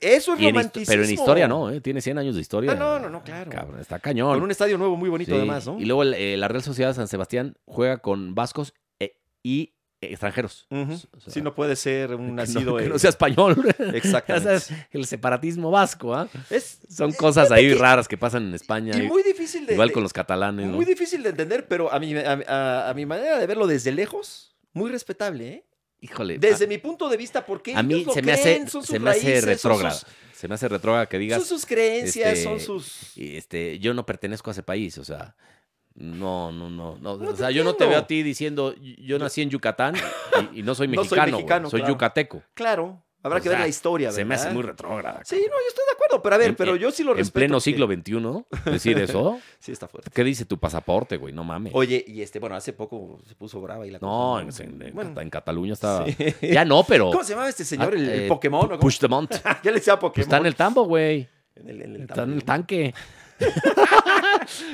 A: eso es
C: Y en hist-
A: romanticismo.
C: pero en historia no, ¿eh? tiene 100 años de historia.
A: Ah, no, no, no, claro.
C: Cabrón, está cañón.
A: Con un estadio nuevo muy bonito,
C: Sí,
A: además, ¿no?
C: Y luego el- eh, la Real Sociedad San Sebastián juega con vascos e- y extranjeros.
A: Ujú.
C: O sea,
A: sí, no puede ser un
C: que no-
A: nacido.
C: que
A: en-
C: no sea español. Ya
A: Exactamente.
C: sabes, el separatismo vasco, ¿ah?
A: Es
C: Son
A: Eh,
C: cosas
A: fíjate
C: ahí
A: que-
C: raras que pasan en España.
A: y
C: y-
A: muy difícil de.
C: igual
A: de-
C: con los catalanes. ¿no?
A: Muy difícil de entender, pero a mi, a, a- a mi manera de verlo desde lejos, muy respetable, ¿eh?
C: Híjole. ah,
A: Desde
C: a-
A: mi punto de vista, porque
C: a, mí se me hace, se me hace retrógrada. Se me hace retrógrada que digas,
A: Son sus creencias,
C: este,
A: son sus.
C: y, este, yo no pertenezco a ese país, o sea. No, no, no, no.
A: No
C: o
A: te
C: sea, yo no te
A: entiendo.
C: veo a ti diciendo, yo nací en Yucatán y, y no soy
A: No soy
C: mexicano, güey, soy,
A: mexicano, claro.
C: yucateco.
A: Claro, habrá
C: o
A: que ver
C: sea,
A: la historia, ¿verdad?
C: Se me hace muy retrógrada.
A: Sí, no, yo estoy de acuerdo, pero a ver,
C: En-
A: pero yo sí lo
C: en
A: respeto.
C: pleno
A: porque-
C: siglo XXI, decir eso,
A: Sí, está fuerte.
C: ¿qué dice tu pasaporte, güey? No mames.
A: Oye, y este, bueno, hace poco se puso brava y la
C: no, en,
A: cosa,
C: en- en-
A: Bueno,
C: en Cataluña estaba.
A: sí.
C: Ya no, pero.
A: ¿Cómo se llamaba este señor? ¿El,
C: Ah,
A: el
C: eh,
A: Pokémon? ¿o
C: Pu-
A: cómo?
C: Push the Mount.
A: ya le decía Pokémon.
C: Pues está en el tambo, güey.
A: En el, en el
C: Está en el
A: tambo.
C: tanque.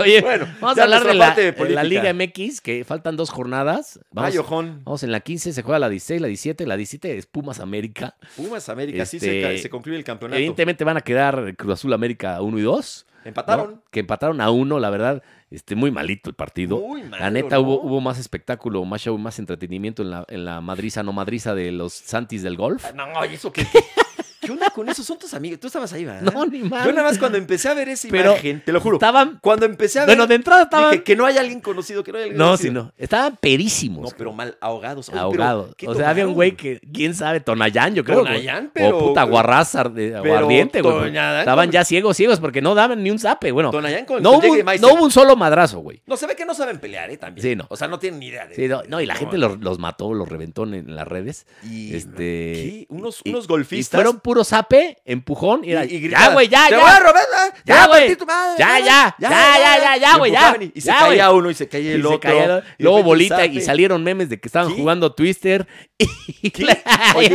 C: Oye,
A: Bueno,
C: vamos
A: ya
C: a hablar
A: nuestra
C: de la,
A: parte de
C: de la
A: política.
C: Liga MX, que faltan dos jornadas. Vamos,
A: Ay, ojón.
C: vamos en la 15, se juega la 16, la 17, la 17 es Pumas América.
A: Pumas América, así
C: Este,
A: se, ca- se concluye el campeonato.
C: Evidentemente van a quedar Cruz Azul América 1 y 2.
A: Empataron.
C: ¿no? Que empataron a uno, la verdad, este, muy malito el partido.
A: Muy
C: la
A: malo,
C: neta,
A: ¿no?
C: hubo, hubo más espectáculo, más show, más entretenimiento en la, en la madriza, no madriza de los Santis del golf.
A: Ah, No, ¿y eso qué? ¿Qué, qué onda con eso? Son tus amigos. Tú estabas ahí, ¿verdad?
C: No, ni más.
A: Yo nada más cuando empecé a ver esa
C: Pero
A: imagen, te lo juro.
C: Estaban,
A: Cuando empecé a ver,
C: bueno, de entrada estaban...
A: dije que no hay alguien conocido, que no hay alguien
C: no,
A: conocido.
C: sí, no. Estaban perísimos.
A: No, pero mal, ahogados. Oye, pero,
C: ahogados.
A: ¿qué
C: o sea, había un güey
A: tomaron?
C: que, quién sabe, Tonayán, yo creo. güey.
A: Tonayán, pero-
C: O Oh, puta guarraza arde-
A: pero
C: aguardiente, güey.
A: Tonayán
C: Estaban
A: con-
C: ya ciegos, ciegos, porque no daban ni un zape. Bueno,
A: Tonayán con
C: no
A: con
C: hubo,
A: Jaeger
C: un-
A: Meister.
C: no hubo un solo madrazo, güey.
A: No, se ve que no saben pelear, ¿eh? También.
C: Sí, no.
A: O sea, no tienen ni idea. de-
C: Sí, no, no, y la gente
A: no.
C: los, los mató, los reventó en, en las redes.
A: Y,
C: este,
A: ¿qué? Unos,
C: y-
A: unos
C: Y
A: golfistas.
C: fueron puro zape, empujón. Y,
A: y-
C: era,
A: y
C: ya,
A: gritaban,
C: güey, ya,
A: "Te
C: ya.
A: voy a robar, ah, te voy
C: Ya,
A: a partir
C: güey.
A: tu madre,
C: Ya, ya, ya, ya, ya, ya,
A: Y
C: güey, ya.
A: empujaban Y, y se
C: Ya,
A: caía
C: güey.
A: uno y se caía
C: Y
A: el
C: se
A: otro.
C: caía-
A: y
C: luego
A: después
C: bolita
A: un
C: y
A: zape.
C: salieron memes de que estaban
A: ¿Qué?
C: jugando Twister. Y
A: ¿Qué?
C: la-
A: Oye,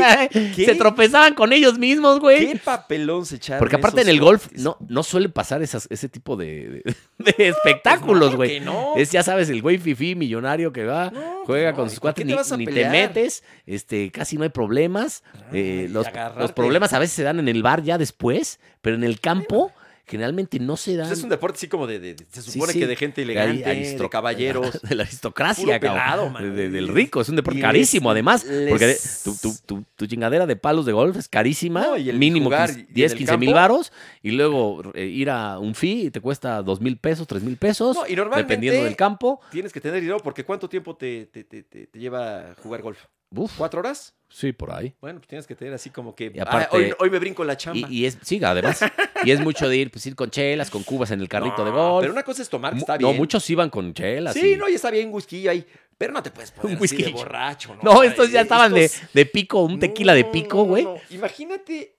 A: ¿qué?
C: se tropezaban con ellos mismos, güey.
A: ¿Qué papelón se echaron?
C: Porque aparte en
A: esos
C: el golf
A: cuates?
C: no, no suele pasar esas, ese tipo de, de-
A: Pues
C: de espectáculos,
A: claro que
C: güey.
A: no.
C: Es, ya sabes, el güey fifí millonario que va,
A: No, pues
C: juega
A: no,
C: con
A: ¿y
C: sus
A: por qué
C: cuates,
A: te
C: ni,
A: vas a
C: ni te
A: pelear?
C: metes, este, casi no hay problemas. Eh,
A: Ay,
C: los,
A: agarrarte.
C: los problemas a veces se dan en el bar ya después, pero en el campo generalmente no se dan.
A: Pues es un deporte así como de. de- de- se
C: Sí,
A: supone
C: sí.
A: que de gente elegante,
C: Ahí, aristro-
A: de caballeros.
C: De la aristocracia,
A: Puro
C: cabrón.
A: pelado, man.
C: De- del rico. Es un deporte
A: Y
C: carísimo,
A: les-
C: además. Porque de-
A: les-
C: tu, tu- tu- tu chingadera de palos de golf es carísima.
A: No, y el
C: mínimo
A: jugar
C: 15
A: y en
C: 10,
A: el
C: 15 mil
A: campo.
C: varos. Y luego eh, ir a un fee y te cuesta 2 mil pesos, 3 mil pesos.
A: No, y normalmente-
C: dependiendo del campo.
A: Tienes que tener dinero porque ¿cuánto tiempo te, te- te- te- te lleva jugar golf?
C: Uf,
A: ¿Cuatro horas?
C: sí, por ahí.
A: Bueno, pues tienes que tener así como que.
C: Y
A: "Ah,
C: aparte-
A: hoy, hoy me brinco la chamba.
C: Y, y es, sí, además. y es mucho de ir, pues, ir con chelas, con cubas en el carrito
A: No,
C: de golf.
A: Pero una cosa es tomar, que
C: Mu-
A: está
C: no,
A: bien.
C: muchos iban con chelas.
A: Sí,
C: y-
A: no, y está bien, whisky ahí. Pero no te puedes poner
C: Un
A: así de
C: whisky.
A: borracho, ¿no?
C: No,
A: O sea,
C: estos ya
A: eh,
C: estaban de-
A: estos-
C: de, pico, un tequila de
A: No,
C: pico,
A: no,
C: güey.
A: no. Imagínate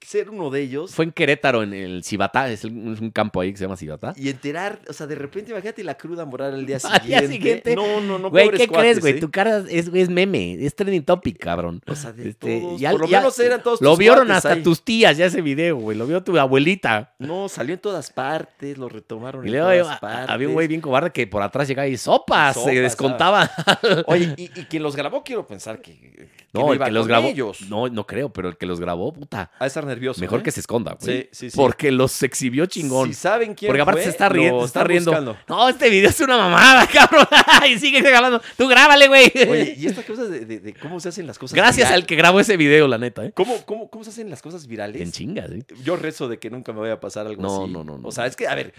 A: ser uno de ellos
C: Fue en Querétaro, en el Cibatá, es el- es un campo ahí que se llama Cibatá.
A: y enterar, o sea, de repente imagínate la cruda moral al día
C: Al
A: siguiente.
C: día siguiente.
A: No, no, no,
C: Güey,
A: pobres
C: ¿qué
A: cuates,
C: crees, güey?
A: ¿eh?
C: Tu cara es, es meme, es trending topic, cabrón.
A: O sea, de
C: Este,
A: todos,
C: ya-
A: por lo
C: ya-
A: menos eran todos
C: Lo
A: tus
C: vieron
A: cuates
C: hasta
A: ahí.
C: tus tías ya ese video, güey. Lo vio tu abuelita.
A: No, salió en todas partes, lo retomaron
C: Y
A: en
C: luego
A: todas
C: a-
A: partes.
C: había un güey bien cobarde que por atrás llegaba y sopas,
A: Sopas,
C: se descontaba.
A: Oye, y, y quien los grabó, quiero pensar que, que
C: No, el
A: iba
C: que los
A: con
C: grabó.
A: ellos.
C: No, no creo, pero el que los grabó, puta.
A: A estar nervioso.
C: Mejor
A: ¿eh?
C: que se esconda, güey.
A: Sí, sí, sí.
C: Porque los exhibió chingón.
A: Si saben quién
C: Porque aparte
A: fue,
C: se está riendo,
A: lo
C: se está
A: están
C: riendo.
A: buscando.
C: No, este video es una mamada, cabrón. y sigue grabando. Tú grábale, güey.
A: Oye, y esta cosa de, de- de cómo se hacen las cosas.
C: Gracias
A: viral-
C: al que grabó ese video, la neta, ¿eh?
A: ¿Cómo, cómo, ¿Cómo se hacen las cosas virales?
C: En chingas, ¿eh?
A: Yo rezo de que nunca me vaya a pasar algo
C: No,
A: así.
C: no, no, no.
A: O sea, es que, a ver,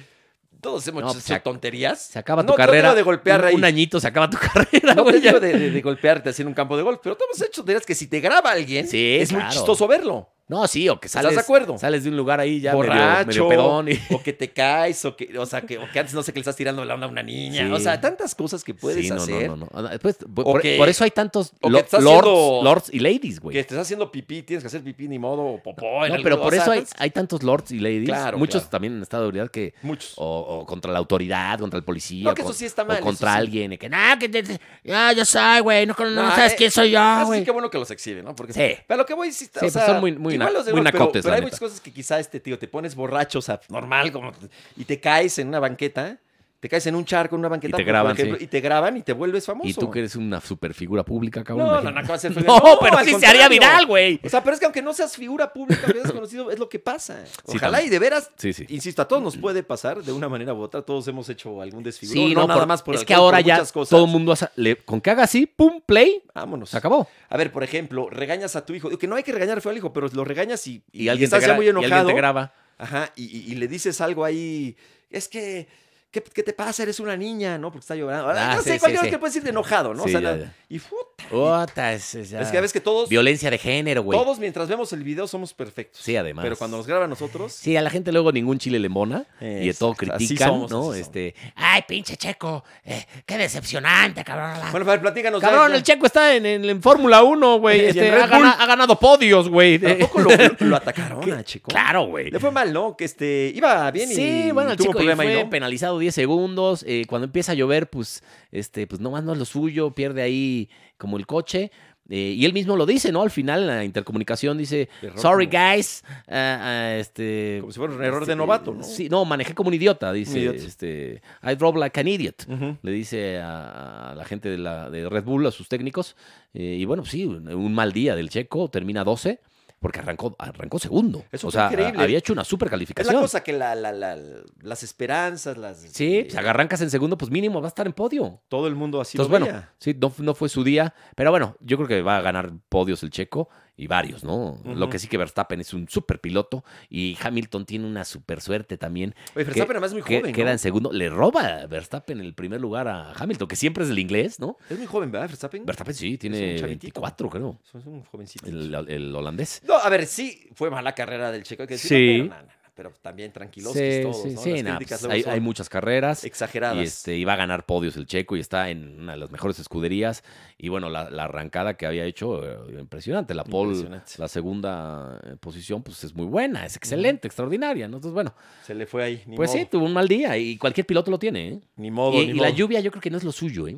A: todos hemos
C: No,
A: hecho
C: pues, se ac-
A: tonterías.
C: Se acaba tu
A: No te digo
C: carrera.
A: de golpear
C: un,
A: ahí.
C: un añito se acaba tu carrera,
A: No te
C: güey.
A: digo de, de- de golpearte así en un campo de golf, pero todos hemos hecho tonterías que si te graba alguien,
C: Sí,
A: es muy
C: claro.
A: chistoso verlo.
C: No, sí, o que
A: ¿Estás
C: sales.
A: de acuerdo?
C: Sales de un lugar ahí ya medio-
A: Borracho,
C: medio, pedón y.
A: o que te caes, o que, o sea, que, o que antes no sé que le estás tirando la onda a una niña.
C: Sí.
A: O sea, tantas cosas que puedes
C: Sí, no,
A: hacer.
C: No, no, no. Ah, pues, por,
A: O
C: por-
A: que-
C: por eso hay tantos
A: o que
C: lo-
A: estás
C: lords,
A: haciendo-
C: lords y ladies, güey.
A: Que te estás haciendo pipí, tienes que hacer pipí ni modo, o popó. en
C: No,
A: algún-
C: pero
A: o
C: por
A: sea,
C: eso hay,
A: tantas-
C: hay tantos lords y ladies.
A: Claro,
C: muchos
A: claro.
C: también en estado de ebriedad que.
A: Muchos.
C: O, o contra la autoridad, contra el policía.
A: No, que
C: o
A: eso
C: con-
A: sí está mal,
C: O
A: eso
C: contra
A: sí.
C: alguien. y Que, no, que te- te- ya, ya soy, güey. No, no
A: No,
C: sabes
A: eh,
C: quién soy yo,
A: Así
C: güey.
A: que bueno que los exhiben, ¿no? Porque
C: Sí.
A: Pero lo que voy sí, está-
C: Sí,
A: o
C: pues
A: sea,
C: son muy- muy
A: igual
C: na-
A: los de
C: muy
A: golf, pero,
C: nacotes, la
A: pero hay
C: neta.
A: muchas cosas que quizá este tío te pones borracho, o sea, normal, como y te caes en una banqueta, te caes en un charco, en una banqueta,
C: te
A: por- por
C: graban,
A: ejemplo,
C: sí.
A: y te graban y te vuelves famoso.
C: Y tú que eres una super figura pública, cabrón.
A: no, no, no,
C: imagínate.
A: acabas de ser-
C: No, pero
A: al
C: sí se haría
A: contrario.
C: viral, güey.
A: O sea, pero es que aunque no seas figura pública, aunque seas conocido, es lo que pasa.
C: Sí,
A: Ojalá
C: también.
A: y de veras,
C: Sí, sí.
A: insisto, a todos nos puede pasar de una manera u otra, todos hemos hecho algún desfiguro,
C: Sí,
A: no,
C: no,
A: nada
C: por-
A: más por
C: Es
A: alcohol,
C: que ahora
A: por
C: ya
A: muchas cosas.
C: todo el mundo hace- le- con que haga así, pum, play,
A: Vámonos.
C: se acabó.
A: A ver, por ejemplo, regañas a tu hijo. Que no hay que regañar feo al hijo, pero lo regañas y,
C: Y, alguien,
A: estás
C: te
A: ya
C: gra-
A: muy
C: y alguien
A: enojado.
C: te graba.
A: Ajá, y, y- y le dices algo ahí. Es que, ¿qué, qué te pasa? Eres una niña, ¿no? Porque está llorando.
C: Ah,
A: no
C: sí,
A: sé,
C: sí,
A: cualquier
C: sí.
A: cosa que puedes decir de enojado, ¿no?
C: Sí,
A: o sea,
C: ya,
A: la-
C: ya.
A: Y puta.
C: Puta, es, es ya-
A: Es que a veces que todos,
C: Violencia de género, güey.
A: todos mientras vemos el video somos perfectos.
C: Sí, además.
A: Pero cuando nos graban a nosotros,
C: Sí, a la gente luego ningún chile le mona y de todo
A: Exacto,
C: critican,
A: así somos,
C: ¿no?
A: así somos.
C: Este, ay, pinche Checo, eh, qué decepcionante, cabrón. La-
A: Bueno, a ver, platícanos. ya-
C: cabrón,
A: ya.
C: el Checo está en, en- en Fórmula 1,
A: Y
C: güey.
A: en
C: Este,
A: Red
C: ha, gana-
A: Bull.
C: ha ganado podios, güey.
A: Tampoco lo, lo- lo atacaron a Checo.
C: Claro, güey.
A: Le fue mal, ¿no? Que este, iba bien y
C: Sí, bueno, el
A: tuvo
C: chico
A: un problema
C: ahí
A: y
C: fue
A: no.
C: penalizado 10 segundos. eh, cuando empieza a llover, pues, este, pues no más no es lo suyo, pierde ahí como el coche. eh, y él mismo lo dice, ¿no? Al final en la intercomunicación dice,
A: Error
C: sorry
A: como-
C: guys, ah, ah, este...
A: Como si fuera un error
C: este,
A: de novato, ¿no?
C: Sí, no, manejé como un idiota, dice,
A: idiota.
C: este, I drove like an idiot.
A: Ujú.
C: Le dice a, a la gente de, la, de Red Bull, a sus técnicos. eh, y bueno, pues sí, un, un mal día del checo, termina 12, porque arrancó, arrancó segundo.
A: Eso
C: o
A: fue
C: sea, a-
A: increíble.
C: había hecho una super
A: Es
C: calificación.
A: la cosa que la- la- la- las esperanzas, las.
C: Sí,
A: eh,
C: pues arrancas en segundo, pues mínimo va a estar en podio.
A: Todo el mundo así
C: Entonces,
A: lo
C: bueno,
A: veía.
C: sí, no, no fue su día, pero bueno, yo creo que va a ganar podios el checo y varios, ¿no? Lo
A: Ujú.
C: que sí que Verstappen es un super piloto y Hamilton tiene una super suerte también.
A: Oye,
C: que-
A: Verstappen además es muy
C: que
A: joven.
C: Queda
A: ¿no?
C: en segundo, le roba Verstappen el primer lugar a Hamilton, que siempre es el inglés, ¿no?
A: Es muy joven, ¿verdad, Verstappen?
C: Verstappen sí,
A: un
C: tiene
A: chavitito.
C: 24, creo,
A: Es un jovencito.
C: el, el holandés.
A: No, a ver, sí, fue mala carrera del checo. Hay que decirlo, Pero,
C: Sí.
A: no, no, no, pero también tranquilos
C: Sí,
A: todos.
C: sí,
A: ¿no?
C: sí,
A: Las
C: nah,
A: críticas
C: pues,
A: luego
C: hay,
A: son
C: hay muchas carreras.
A: exageradas.
C: Y este, iba a ganar podios el checo y está en una de las mejores escuderías. Y bueno, la, la arrancada que había hecho, eh, impresionante. La pole,
A: Impresionante.
C: la segunda eh, posición, pues es muy buena, es excelente, extraordinaria. ¿no? Entonces, bueno,
A: Se le fue ahí. Ni
C: pues
A: modo.
C: sí, tuvo un mal día y cualquier piloto lo tiene. ¿eh?
A: Ni modo.
C: y
A: ni
C: y la
A: modo.
C: lluvia yo creo que no es lo suyo, ¿eh?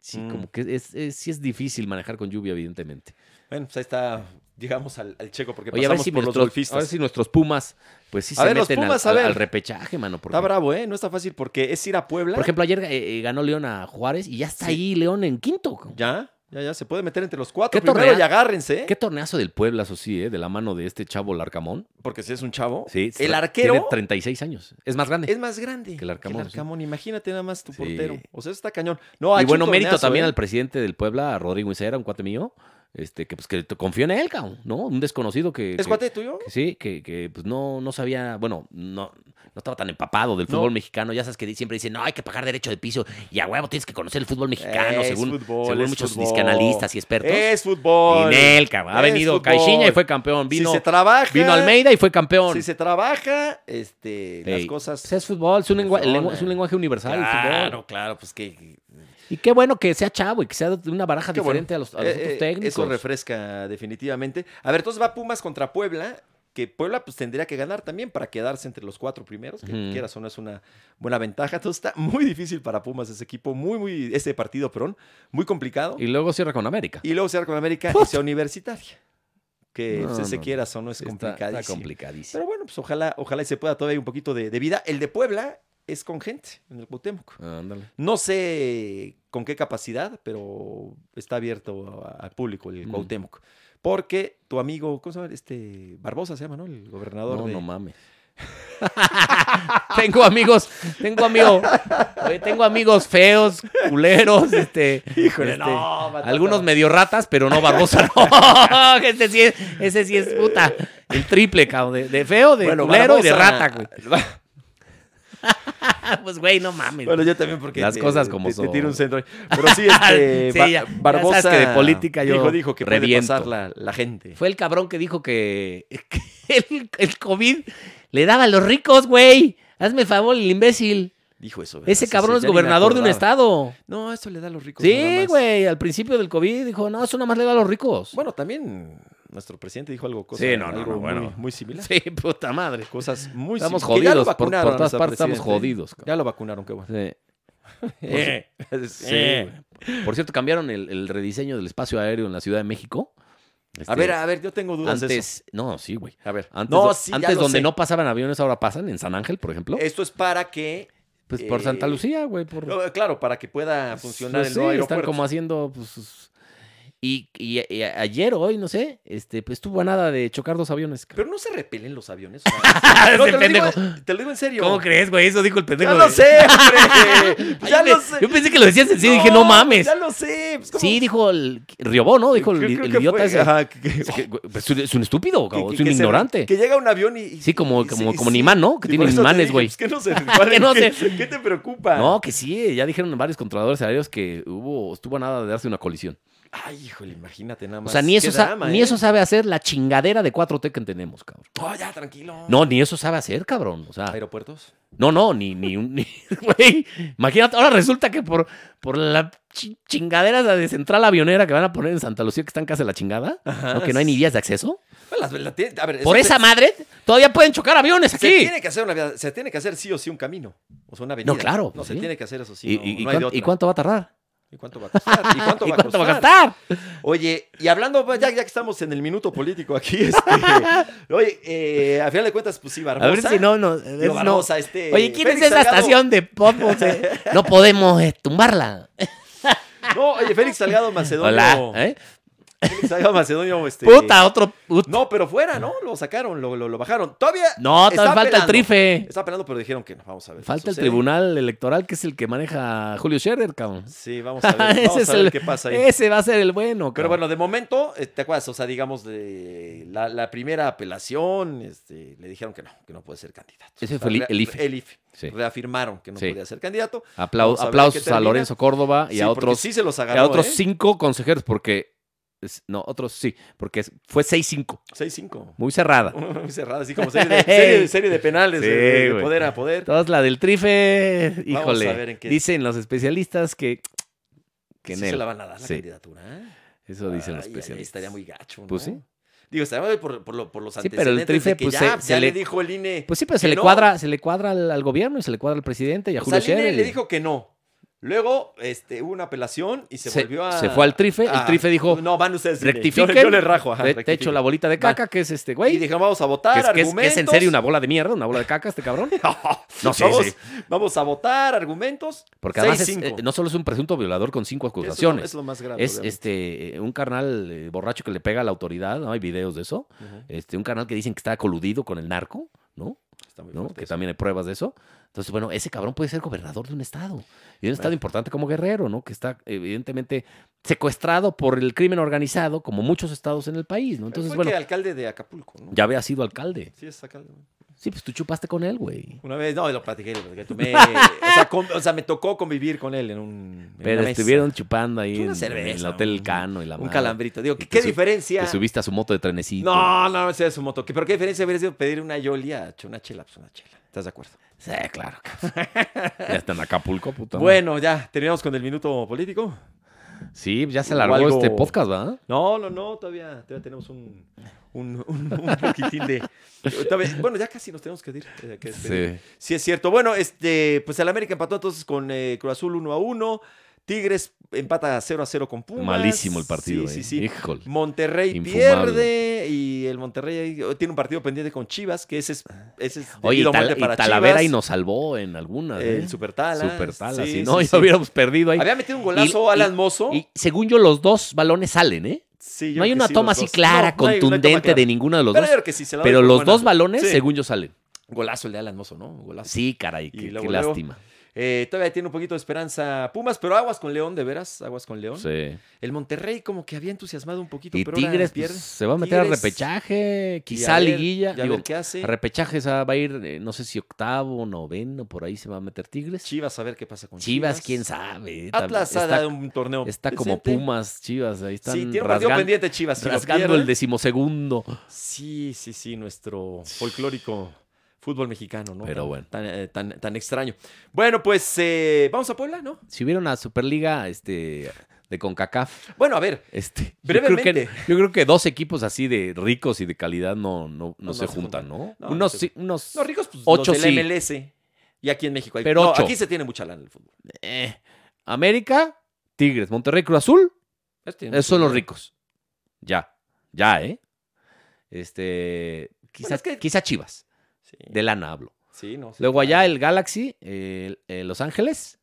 C: Sí,
A: Mm.
C: como que es, es- sí es difícil manejar con lluvia, evidentemente.
A: Bueno, pues ahí está. Llegamos al, al checo porque
C: Oye, a ver,
A: pasamos
C: si
A: por los
C: nuestros,
A: golfistas.
C: a ver si nuestros Pumas, pues sí
A: A
C: se
A: ver, los
C: meten al-
A: Pumas, a
C: al,
A: ver.
C: al repechaje, mano. porque-
A: Está bravo, ¿eh? No está fácil porque es ir a Puebla.
C: por ejemplo, ayer eh, eh, ganó León a Juárez y ya está
A: Sí.
C: ahí León en quinto. cabrón.
A: Ya, ya, ya. Se puede meter entre los cuatro.
C: ¿Qué
A: Primero
C: tornea?
A: y agárrense. ¿eh?
C: Qué torneazo del Puebla, eso sí, ¿eh? de la mano de este chavo Larcamón.
A: Porque si es un chavo.
C: Sí,
A: El
C: tra-
A: arquero-
C: Tiene 36 años. Es más grande.
A: Es más grande
C: Que el Arcamón, sí.
A: Imagínate nada más tu
C: Sí.
A: portero. O sea, eso está cañón. No, ha
C: y
A: hecho
C: bueno,
A: un
C: mérito
A: torneazo,
C: también
A: ¿eh?
C: al presidente del Puebla, a Rodrigo Isera, un cuate mío, este, que pues que te- confío en él, cabrón, ¿no? Un desconocido que.
A: ¿Es
C: que-
A: cuate tuyo?
C: que sí, que, que, pues no, no sabía, bueno, no, no estaba tan empapado del
A: No.
C: fútbol mexicano. Ya sabes que di- siempre dicen, no, hay que pagar derecho de piso y a huevo tienes que conocer el fútbol mexicano,
A: Es
C: según,
A: fútbol,
C: según
A: es
C: muchos
A: fútbol.
C: discanalistas y expertos.
A: Es
C: y
A: fútbol.
C: en él, cabrón. Ha
A: Es
C: venido
A: fútbol.
C: Caixinha y fue campeón.
A: Si
C: Vino,
A: se trabaja.
C: vino Almeida y fue campeón.
A: Si se trabaja, este, las
C: Ey,
A: cosas.
C: pues es fútbol, es un, lengua-
A: Funciona.
C: lengua- es un lenguaje universal. el fútbol.
A: Claro, claro, pues que.
C: Y qué bueno que sea chavo y que sea de una baraja
A: qué bueno.
C: diferente a los, a los
A: Eh,
C: otros
A: eh,
C: técnicos.
A: Eso refresca definitivamente. A ver, entonces va Pumas contra Puebla. que Puebla pues tendría que ganar también para quedarse entre los cuatro primeros, que
C: Ujú.
A: quieras o no es una buena ventaja. Entonces está muy difícil para Pumas ese equipo, muy, muy, ese partido, perdón, muy complicado.
C: Y luego cierra con América.
A: Y luego se con América y
B: Puta.
A: sea universitaria. Que
C: No,
A: se
C: no, no.
A: quieras o no es
C: Está-
A: complicadísimo.
C: Está complicadísimo.
A: Pero bueno, pues ojalá, ojalá y se pueda todavía un poquito de, de vida. El de Puebla es con gente en el Cuauhtémoc.
C: Ándale.
A: No sé con qué capacidad, pero está abierto a- al público el
C: Mm.
A: Cuauhtémoc. Porque tu amigo, ¿cómo se llama? Este Barbosa se llama, ¿no? El gobernador.
C: No,
A: de-
C: no mames. tengo amigos, tengo amigos, tengo amigos feos, culeros, este,
A: Híjole,
C: este,
A: no, Batata.
C: algunos medio ratas, pero no Barbosa, no, ese sí es, ese sí es puta, el triple, cabrón, de, de feo, de
A: Bueno,
C: culero y de
A: Barbosa-
C: rata, güey. pues güey, no mames.
A: Bueno, yo también porque
C: Las
A: te-
C: cosas como
A: te- te
C: son.
A: tiro un centro. ahí. Pero sí, este,
C: Sí,
A: Ba-
C: ya- ya sabes
A: Barbosa
C: que de política yo
A: dijo, dijo que
C: reviento.
A: puede pasar la, la gente.
C: Fue el cabrón que dijo que, que el, el COVID le daba a los ricos, güey. Hazme el favor, el imbécil.
A: Dijo eso. ¿verdad?
C: Ese
A: Sí,
C: cabrón
A: sí,
C: es
A: ya ni me
C: gobernador de un
A: acordaba.
C: estado.
A: No, eso le da a los ricos. nada
C: Sí,
A: más.
C: güey, al principio del COVID dijo, no, eso nada más le da a los ricos.
A: Bueno, también nuestro presidente dijo algo, cosa,
C: Sí, no, no,
A: algo
C: no,
A: muy,
C: bueno.
A: muy similar.
C: sí, puta madre.
A: Cosas muy
C: Estamos
A: similares. Que ya lo
C: jodidos, por- por
A: vacunaron a
C: todas
A: nuestro
C: partes estamos
A: presidente.
C: jodidos, cabrón.
A: Ya lo vacunaron, qué bueno.
C: Sí.
A: Sí,
C: Eh.
A: güey.
C: Por cierto, cambiaron el, el rediseño del espacio aéreo en la Ciudad de México. Este,
A: A ver, a ver, yo tengo dudas de eso.
C: antes, no, sí, güey.
A: A ver,
C: Antes,
A: no,
C: do-
A: sí, ya
C: antes
A: lo
C: donde
A: sé.
C: no pasaban aviones, ahora pasan en San Ángel, por ejemplo.
A: Esto es para que,
C: pues por
A: eh,
C: Santa Lucía, güey. Por...
A: no, claro, para que pueda funcionar
C: Pues
A: el
C: sí,
A: nuevo
C: están
A: aeropuerto.
C: como haciendo, pues, sus- Y, y- y a- ayer o hoy, no sé, este, pues estuvo a nada de chocar dos aviones. cabrón.
A: Pero no se repelen los aviones. o sea, no, te, lo digo, te lo digo en serio.
C: ¿Cómo crees, güey? Eso dijo el pendejo.
A: Ya lo
C: de-
A: sé, hombre.
C: Ay,
A: Ya
C: güey,
A: lo sé.
C: Yo pensé que lo decías en serio, dije, no mames.
A: Ya lo sé. pues, ¿cómo?
C: Sí, dijo el Riobó, ¿no? Dijo el,
A: Creo-
C: el
A: creo que
C: idiota
A: fue,
C: ese.
A: ajá, que- que-
C: Es, que, güey, pues, es un estúpido, cabrón,
A: que-
C: es un
A: que se-
C: ignorante.
A: que llega un avión y. y-
C: Sí, como-
A: y-
C: como-
A: y-
C: como un
A: sí.
C: imán, ¿no? Que
A: Sí,
C: tienen
A: por eso te
C: imanes,
A: dije,
C: güey.
A: pues, que no se reparen,
C: Que no
A: ¿qué-
C: se-
A: ¿Qué te preocupa?
C: No, que sí, ya dijeron varios controladores aéreos que hubo, estuvo a nada de darse una colisión.
A: Ay, híjole, imagínate nada
C: O
A: más.
C: sea, ni
A: Qué
C: eso, sa-
A: drama,
C: ni
A: ¿eh?
C: eso sabe hacer la chingadera de 4T que tenemos, cabrón.
A: No, ya, tranquilo.
C: No, ni eso sabe hacer, cabrón. O sea,
A: Aeropuertos.
C: no, no, ni, ni un. ni- Güey, imagínate, ahora resulta que por, por la chi- chingadera esa de central avionera que van a poner en Santa Lucía, que están casi a la chingada,
A: Ajá.
C: ¿no? que no hay ni vías de acceso.
A: Bueno, Pues, las- la tiene- a ver,
C: Por
A: eso
C: esa
A: te-
C: madre, todavía pueden chocar aviones
A: Se
C: aquí.
A: tiene que hacer una via- se tiene que hacer sí o sí un camino. O sea, una avenida.
C: claro,
A: No,
C: pues,
A: se
C: sí.
A: tiene que hacer eso sí.
C: ¿Y,
A: no-
C: y- y
A: no hay de
C: cuánto, y
A: otra.
C: cuánto va a tardar?
A: ¿Y cuánto va a costar? ¿Y cuánto va a
C: ¿Cuánto va a
A: costar?
C: gastar?
A: Oye, y hablando, pues, ya, ya que estamos en el minuto político aquí, este, oye, eh, a final de cuentas, pues sí, Barbosa.
C: A ver si no, no.
A: digo,
C: es- no.
A: Barbosa, este,
C: Oye, ¿quién
A: Félix
C: es esa
A: Salgado-
C: estación de popos? eh? No podemos eh, tumbarla.
A: No, oye, Félix Salgado Macedonio.
C: Hola. ¿eh?
A: Félix Salgado Macedonio, este.
C: Puta, otro. ut-
A: No, pero fuera, ¿no? Lo sacaron, lo, lo- lo bajaron. Todavía.
C: No,
A: está
C: todavía falta el
A: apelando.
C: trife.
A: Está apelando, pero dijeron que no. Vamos a ver. qué
C: Falta el
A: sucede.
C: tribunal electoral que es el que maneja Julio Scherer, cabrón.
A: Sí, vamos a ver, vamos a ver qué pasa ahí.
C: Ese va a ser el bueno,
A: Pero
C: cabrón.
A: bueno, de momento, eh, ¿te acuerdas? O sea, digamos, de la, la primera apelación, este, le dijeron que no, que no puede ser candidato.
C: Ese
A: O sea,
C: fue el-
A: rea-
C: E. el IFE.
A: el E. IFE.
C: Sí.
A: Reafirmaron que no
C: este, Sí.
A: podía ser candidato. vamos
C: Aplau-
A: a ver qué
C: aplausos a
A: termina.
C: Lorenzo Córdoba y
A: Sí,
C: a
A: porque
C: otros,
A: Sí, se los
C: y
A: agarró.
C: a otros
A: ¿eh?
C: cinco consejeros, porque. es- no, otros sí, porque es- fue 6-5,
A: 6-5.
C: muy cerrada.
A: Muy cerrada, así como serie de, serie, de- serie de penales,
C: Sí,
A: de, de
C: güey.
A: poder a poder.
C: Todas la del trife, híjole.
A: Vamos a ver en qué-
C: Dicen los especialistas que. que
A: Sí
C: en
A: se
C: él.
A: la van a dar la
C: Sí.
A: candidatura. ¿eh?
C: Eso dicen
A: Ay,
C: los
A: ay, ay,
C: especialistas.
A: estaría muy gacho, ¿no?
C: Pues sí.
A: Digo, estaría mal por, por, lo- por los
C: Sí,
A: antecedentes
C: pero el
A: de
C: trife,
A: que
C: pues,
A: ya,
C: se-
A: ya
C: se
A: le
C: le-
A: dijo el E. INE.
C: Pues sí, pero se
A: que
C: le
A: no.
C: cuadra, se le cuadra al, al gobierno y se le cuadra al presidente y a
A: O sea,
C: Julio
A: el INE
C: Scherer.
A: E le
C: y-
A: dijo que no. Luego este, hubo una apelación y se,
C: Se-
A: volvió a.
C: se fue al trife, el trife dijo,
A: No, van ustedes. INE. Yo-
C: Rectifiquen.
A: Yo, le rajo. Ajá,
C: te- te,
A: rectifiquen".
C: echo la bolita de caca, que es este güey.
A: Y dijeron, vamos a votar.
C: que, es, que es- que
A: argumentos.
C: es en serio una bola de mierda, una bola de caca este cabrón. No sé,
A: vamos,
C: sí.
A: vamos a votar argumentos.
C: Porque además es-
A: 6-5.
C: eh, no solo es un presunto violador con cinco
A: Eso es lo-
C: acusaciones.
A: Es lo más grave.
C: es
A: obviamente.
C: este eh, un carnal eh, borracho que le pega a la autoridad, ¿no? Hay videos de eso.
A: Ujú,
C: Este, un carnal que dicen que está coludido con el narco, ¿no?
A: Está muy
C: ¿no?
A: fuerte
C: Que
A: eso.
C: también hay pruebas de eso. Entonces, bueno, ese cabrón puede ser gobernador de un estado. Y de un estado
A: Bueno.
C: importante como Guerrero, ¿no? Que está evidentemente secuestrado por el crimen organizado, como muchos estados en el país, ¿no? Entonces,
A: Fue
C: bueno,
A: que alcalde de Acapulco, ¿no?
C: ya había sido alcalde.
A: Sí, es alcalde. ¿no?
C: Sí, pues tú chupaste con él, güey.
A: Una vez, no, lo platiqué, lo platiqué. Tomé, o, sea, con- o sea, me tocó convivir con él en un. en
C: Pero
A: una mesa.
C: estuvieron chupando ahí
A: Una
C: en, en el
A: cerveza,
C: Hotel
A: un-
C: Cano y la
A: Un
C: madre.
A: calambrito. Digo,
C: Y
A: ¿qué,
C: te
A: qué
C: sub-
A: diferencia?
C: Te subiste a su moto de trenecito.
A: No, no, ese es su moto. ¿Qué- ¿Pero qué diferencia hubiera sido pedir una Yoli a ch- una chela? Pues una chela. ¿Estás de acuerdo?
C: Sí, claro. ya está en Acapulco, puta. madre.
A: Bueno, ya, terminamos con el minuto político.
C: Sí, ya se
A: hubo
C: largó
A: algo-
C: este podcast, ¿verdad?
A: No, no, no, todavía, todavía tenemos un, un, un- un poquitín de... todavía- Bueno, ya casi nos tenemos que ir. eh, que despedir. Sí, es cierto. Bueno, este, pues el América empató entonces con eh, Cruz Azul 1 a 1. Tigres empata 0 a 0 con Pumas.
C: Malísimo el partido.
A: Sí,
C: eh.
A: sí, sí.
C: Híjole.
A: Monterrey
C: Infumable.
A: pierde y el Monterrey ahí oh, tiene un partido pendiente con Chivas, que ese es, ese es
C: Oye, y,
A: debido a
C: Tal-
A: muerte
C: y
A: para
C: Talavera
A: Chivas,
C: y nos salvó en algunas. ¿eh?
A: El Super Tala.
C: Super Tala,
A: sí,
C: si no,
A: sí,
C: ya
A: sí.
C: hubiéramos perdido ahí.
A: Había metido un golazo
C: Y-
A: Alan Mozo.
C: Y según yo, los dos balones salen, ¿eh?
A: Sí, yo
C: No hay
A: creo que
C: una
A: sí,
C: toma
A: los
C: así
A: dos.
C: clara,
A: No, no hay una toma
C: contundente
A: clara.
C: de ninguno de los
A: Pero
C: dos.
A: yo creo que sí se la doy
C: Pero
A: por
C: los
A: buena.
C: dos balones,
A: Sí.
C: según yo, salen.
A: Golazo el de Alan Mozo, ¿no? Golazo.
C: Sí, caray, qué,
A: Y luego,
C: qué
A: luego,
C: lástima.
A: Eh, todavía tiene un poquito de esperanza Pumas, pero aguas con León, de veras, aguas con León.
C: Sí.
A: El Monterrey como que había entusiasmado un poquito,
C: Y
A: pero ahora
C: Tigres
A: pierde.
C: pues, se va a meter
A: Tigres,
C: a repechaje,
A: y a
C: quizá a
A: ver-
C: liguilla.
A: y a
C: digo,
A: ver qué hace.
C: a repechaje se va a ir, eh, no sé si octavo, noveno, por ahí se va a meter Tigres. Chivas,
A: Chivas, a ver qué pasa con
C: quién sabe. eh,
A: Atlas
C: también
A: ha dado
C: está,
A: un torneo.
C: está como
A: decente.
C: Pumas, Chivas, ahí están
A: Sí, tiene un partido
C: rasgando,
A: pendiente Chivas. si lo
C: rasgando
A: pierde-
C: el decimosegundo.
A: Sí, sí, sí, nuestro folclórico fútbol mexicano, ¿no?
C: Pero
A: Tan-
C: bueno.
A: Tan, eh, tan- tan extraño. Bueno, pues eh, vamos a Puebla, ¿no?
C: Si hubiera una Superliga este, de CONCACAF,
A: Bueno, a ver,
C: este, Yo creo,
A: Brevemente.
C: que, yo creo que dos equipos así de ricos y de calidad no, no, no,
A: No,
C: se, juntan, ¿no?
A: No, no
C: unos,
A: se
C: sí- unos
A: los ricos, pues
C: Ocho
A: los del
C: sí.
A: MLS. Y aquí en México. Hay,
C: Pero
A: no,
C: ocho.
A: aquí se tiene mucha lana en el fútbol.
C: eh, América, Tigres, Monterrey, Cruz Azul,
A: Este tiene
C: Esos son
A: mucho
C: los
A: dinero.
C: ricos. Ya. Ya, ¿eh? Este. Quizá,
A: Bueno, es que-
C: quizá Chivas.
A: Sí,
C: De lana hablo.
A: sí, no. sí,
C: Luego
A: claro.
C: allá el Galaxy, el- el Los Ángeles.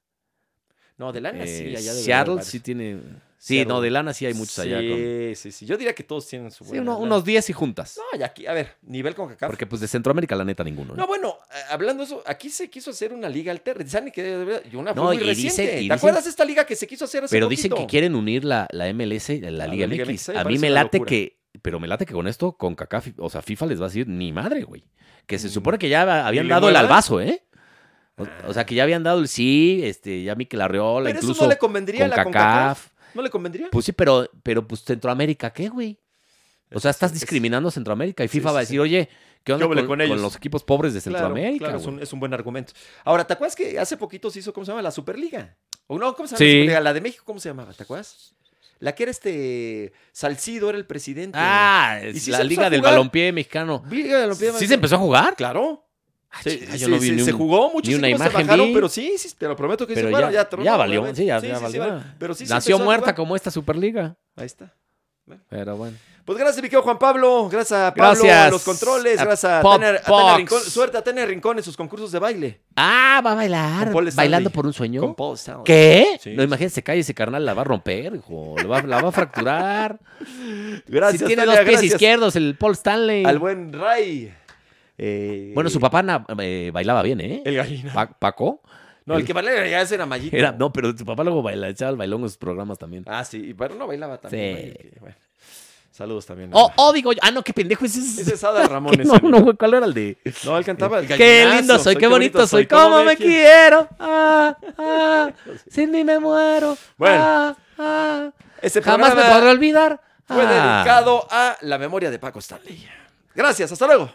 A: No, de lana sí.
C: eh,
A: Allá debe de
C: Seattle
A: haber
C: sí
A: varios.
C: tiene. Sí,
A: Seattle.
C: no, de lana sí hay muchos allá.
A: Sí,
C: con-
A: sí, sí. Yo diría que todos tienen su.
C: sí,
A: buena
C: uno-
A: lana.
C: unos 10 y juntas.
A: No, y aquí, a ver, nivel con Cacaf.
C: Porque pues de Centroamérica, la neta, ninguno. ¿eh?
A: No, bueno, eh, hablando de eso, aquí se quiso hacer una liga alterna. ¿Saben que de verdad, y una fue
C: No,
A: muy
C: y dicen-
A: reciente?
C: y
A: ¿Te
C: dicen-
A: acuerdas de esta liga que se quiso hacer hace
C: Pero dicen que
A: poquito?
C: quieren unir la, la MLS, la,
A: la
C: Liga
A: Liga MX,
C: MX. A mí
A: parece
C: me
A: una
C: late
A: locura.
C: que, pero me late que con esto, con Cacaf, o sea, FIFA les va a decir ni madre, güey. Que se
A: Mm.
C: supone que ya habían
A: le
C: dado el
A: muevan?
C: albazo, ¿eh? O, o sea, que ya habían dado el sí, este, ya Mikel Arriola,
A: Pero eso
C: incluso
A: no le convendría a
C: con
A: la CONCACAF.
C: Cacaf.
A: ¿No le convendría?
C: Pues sí, pero, pero pues Centroamérica, ¿qué, güey? O sea, estás
A: Es- es-
C: discriminando a Centroamérica y
A: Sí,
C: FIFA va a
A: sí,
C: decir,
A: sí.
C: oye, ¿qué onda
A: ¿Qué
C: con,
A: huele con
C: con
A: ellos?
C: los equipos pobres de
A: Claro,
C: Centroamérica?
A: claro, es,
C: güey?
A: un, es un buen argumento. Ahora, ¿te acuerdas que hace poquito se hizo, ¿cómo se llama? La Superliga. ¿O no? ¿Cómo se llama
C: Sí.
A: la Superliga? La de México, ¿cómo se llamaba? ¿Te acuerdas? La que era este. Salcido era el presidente.
C: Ah,
A: ¿Y
C: es
A: si se
C: la
A: empezó
C: Liga
A: a
C: del
A: jugar?
C: Balompié Mexicano.
A: Liga de los Pies-
C: ¿Sí se empezó a jugar?
A: Claro.
C: Ah,
A: Sí,
C: chinga, yo
A: sí,
C: no vi
A: sí,
C: ni
A: se
C: un-
A: jugó, muchos
C: ni una
A: equipos se
C: imagen
A: bajaron,
C: vi.
A: pero sí, sí, te lo prometo que
C: Pero
A: sí, bueno,
C: ya-
A: ya, tronó,
C: ya valió,
A: obviamente.
C: sí, ya- ya valió.
A: Pero sí se
C: Nació
A: empezó a
C: muerta
A: jugar.
C: como esta Superliga.
A: Ahí está.
C: Pero bueno.
A: Pues gracias, mi querido Juan Pablo. Gracias a Pablo
C: Gracias
A: a los controles.
C: a
A: gracias a
C: Pop
A: Tania- a
C: Fox.
A: Tania Rincón. Suerte a Tania Rincón en sus concursos de baile.
C: Ah, va a bailar.
A: Con Paul Stanley.
C: Bailando por un sueño.
A: Con Paul Stanley.
C: ¿Qué?
A: Sí,
C: no,
A: sí.
C: imagínate, se cae ese carnal, la va a romper, hijo. La va, la va a fracturar.
A: Gracias,
C: si tiene
A: Tania,
C: dos pies
A: gracias
C: izquierdos, el Paul Stanley.
A: Al buen Ray. Eh,
C: Bueno, su papá na- eh, bailaba bien, ¿eh?
A: El gallina.
C: Pa- Paco.
A: No, el que bailaba ya ese era Mayito.
C: Era, no, pero su papá luego bailaba, echaba el bailón en sus programas también.
A: Ah, sí. y- Pero no bailaba también.
C: Sí.
A: güey, que- bueno. Saludos también.
C: Oh, oh, digo yo. Ah, no, qué pendejo ese es.
A: Ese es Ada Ramón.
C: ¿Qué?
A: ese,
C: No, no, güey, ¿cuál era el de?
A: No, él cantaba el
C: Qué
A: gallinazo,
C: lindo soy, qué bonito soy, cómo me quiero. Ah, ah, sin mí me muero.
A: Bueno.
B: Ah, ah.
C: Ah,
A: Este
B: Jamás me podré olvidar.
A: Fue
C: Ah.
A: dedicado a la memoria de Paco Stanley. Gracias, hasta luego.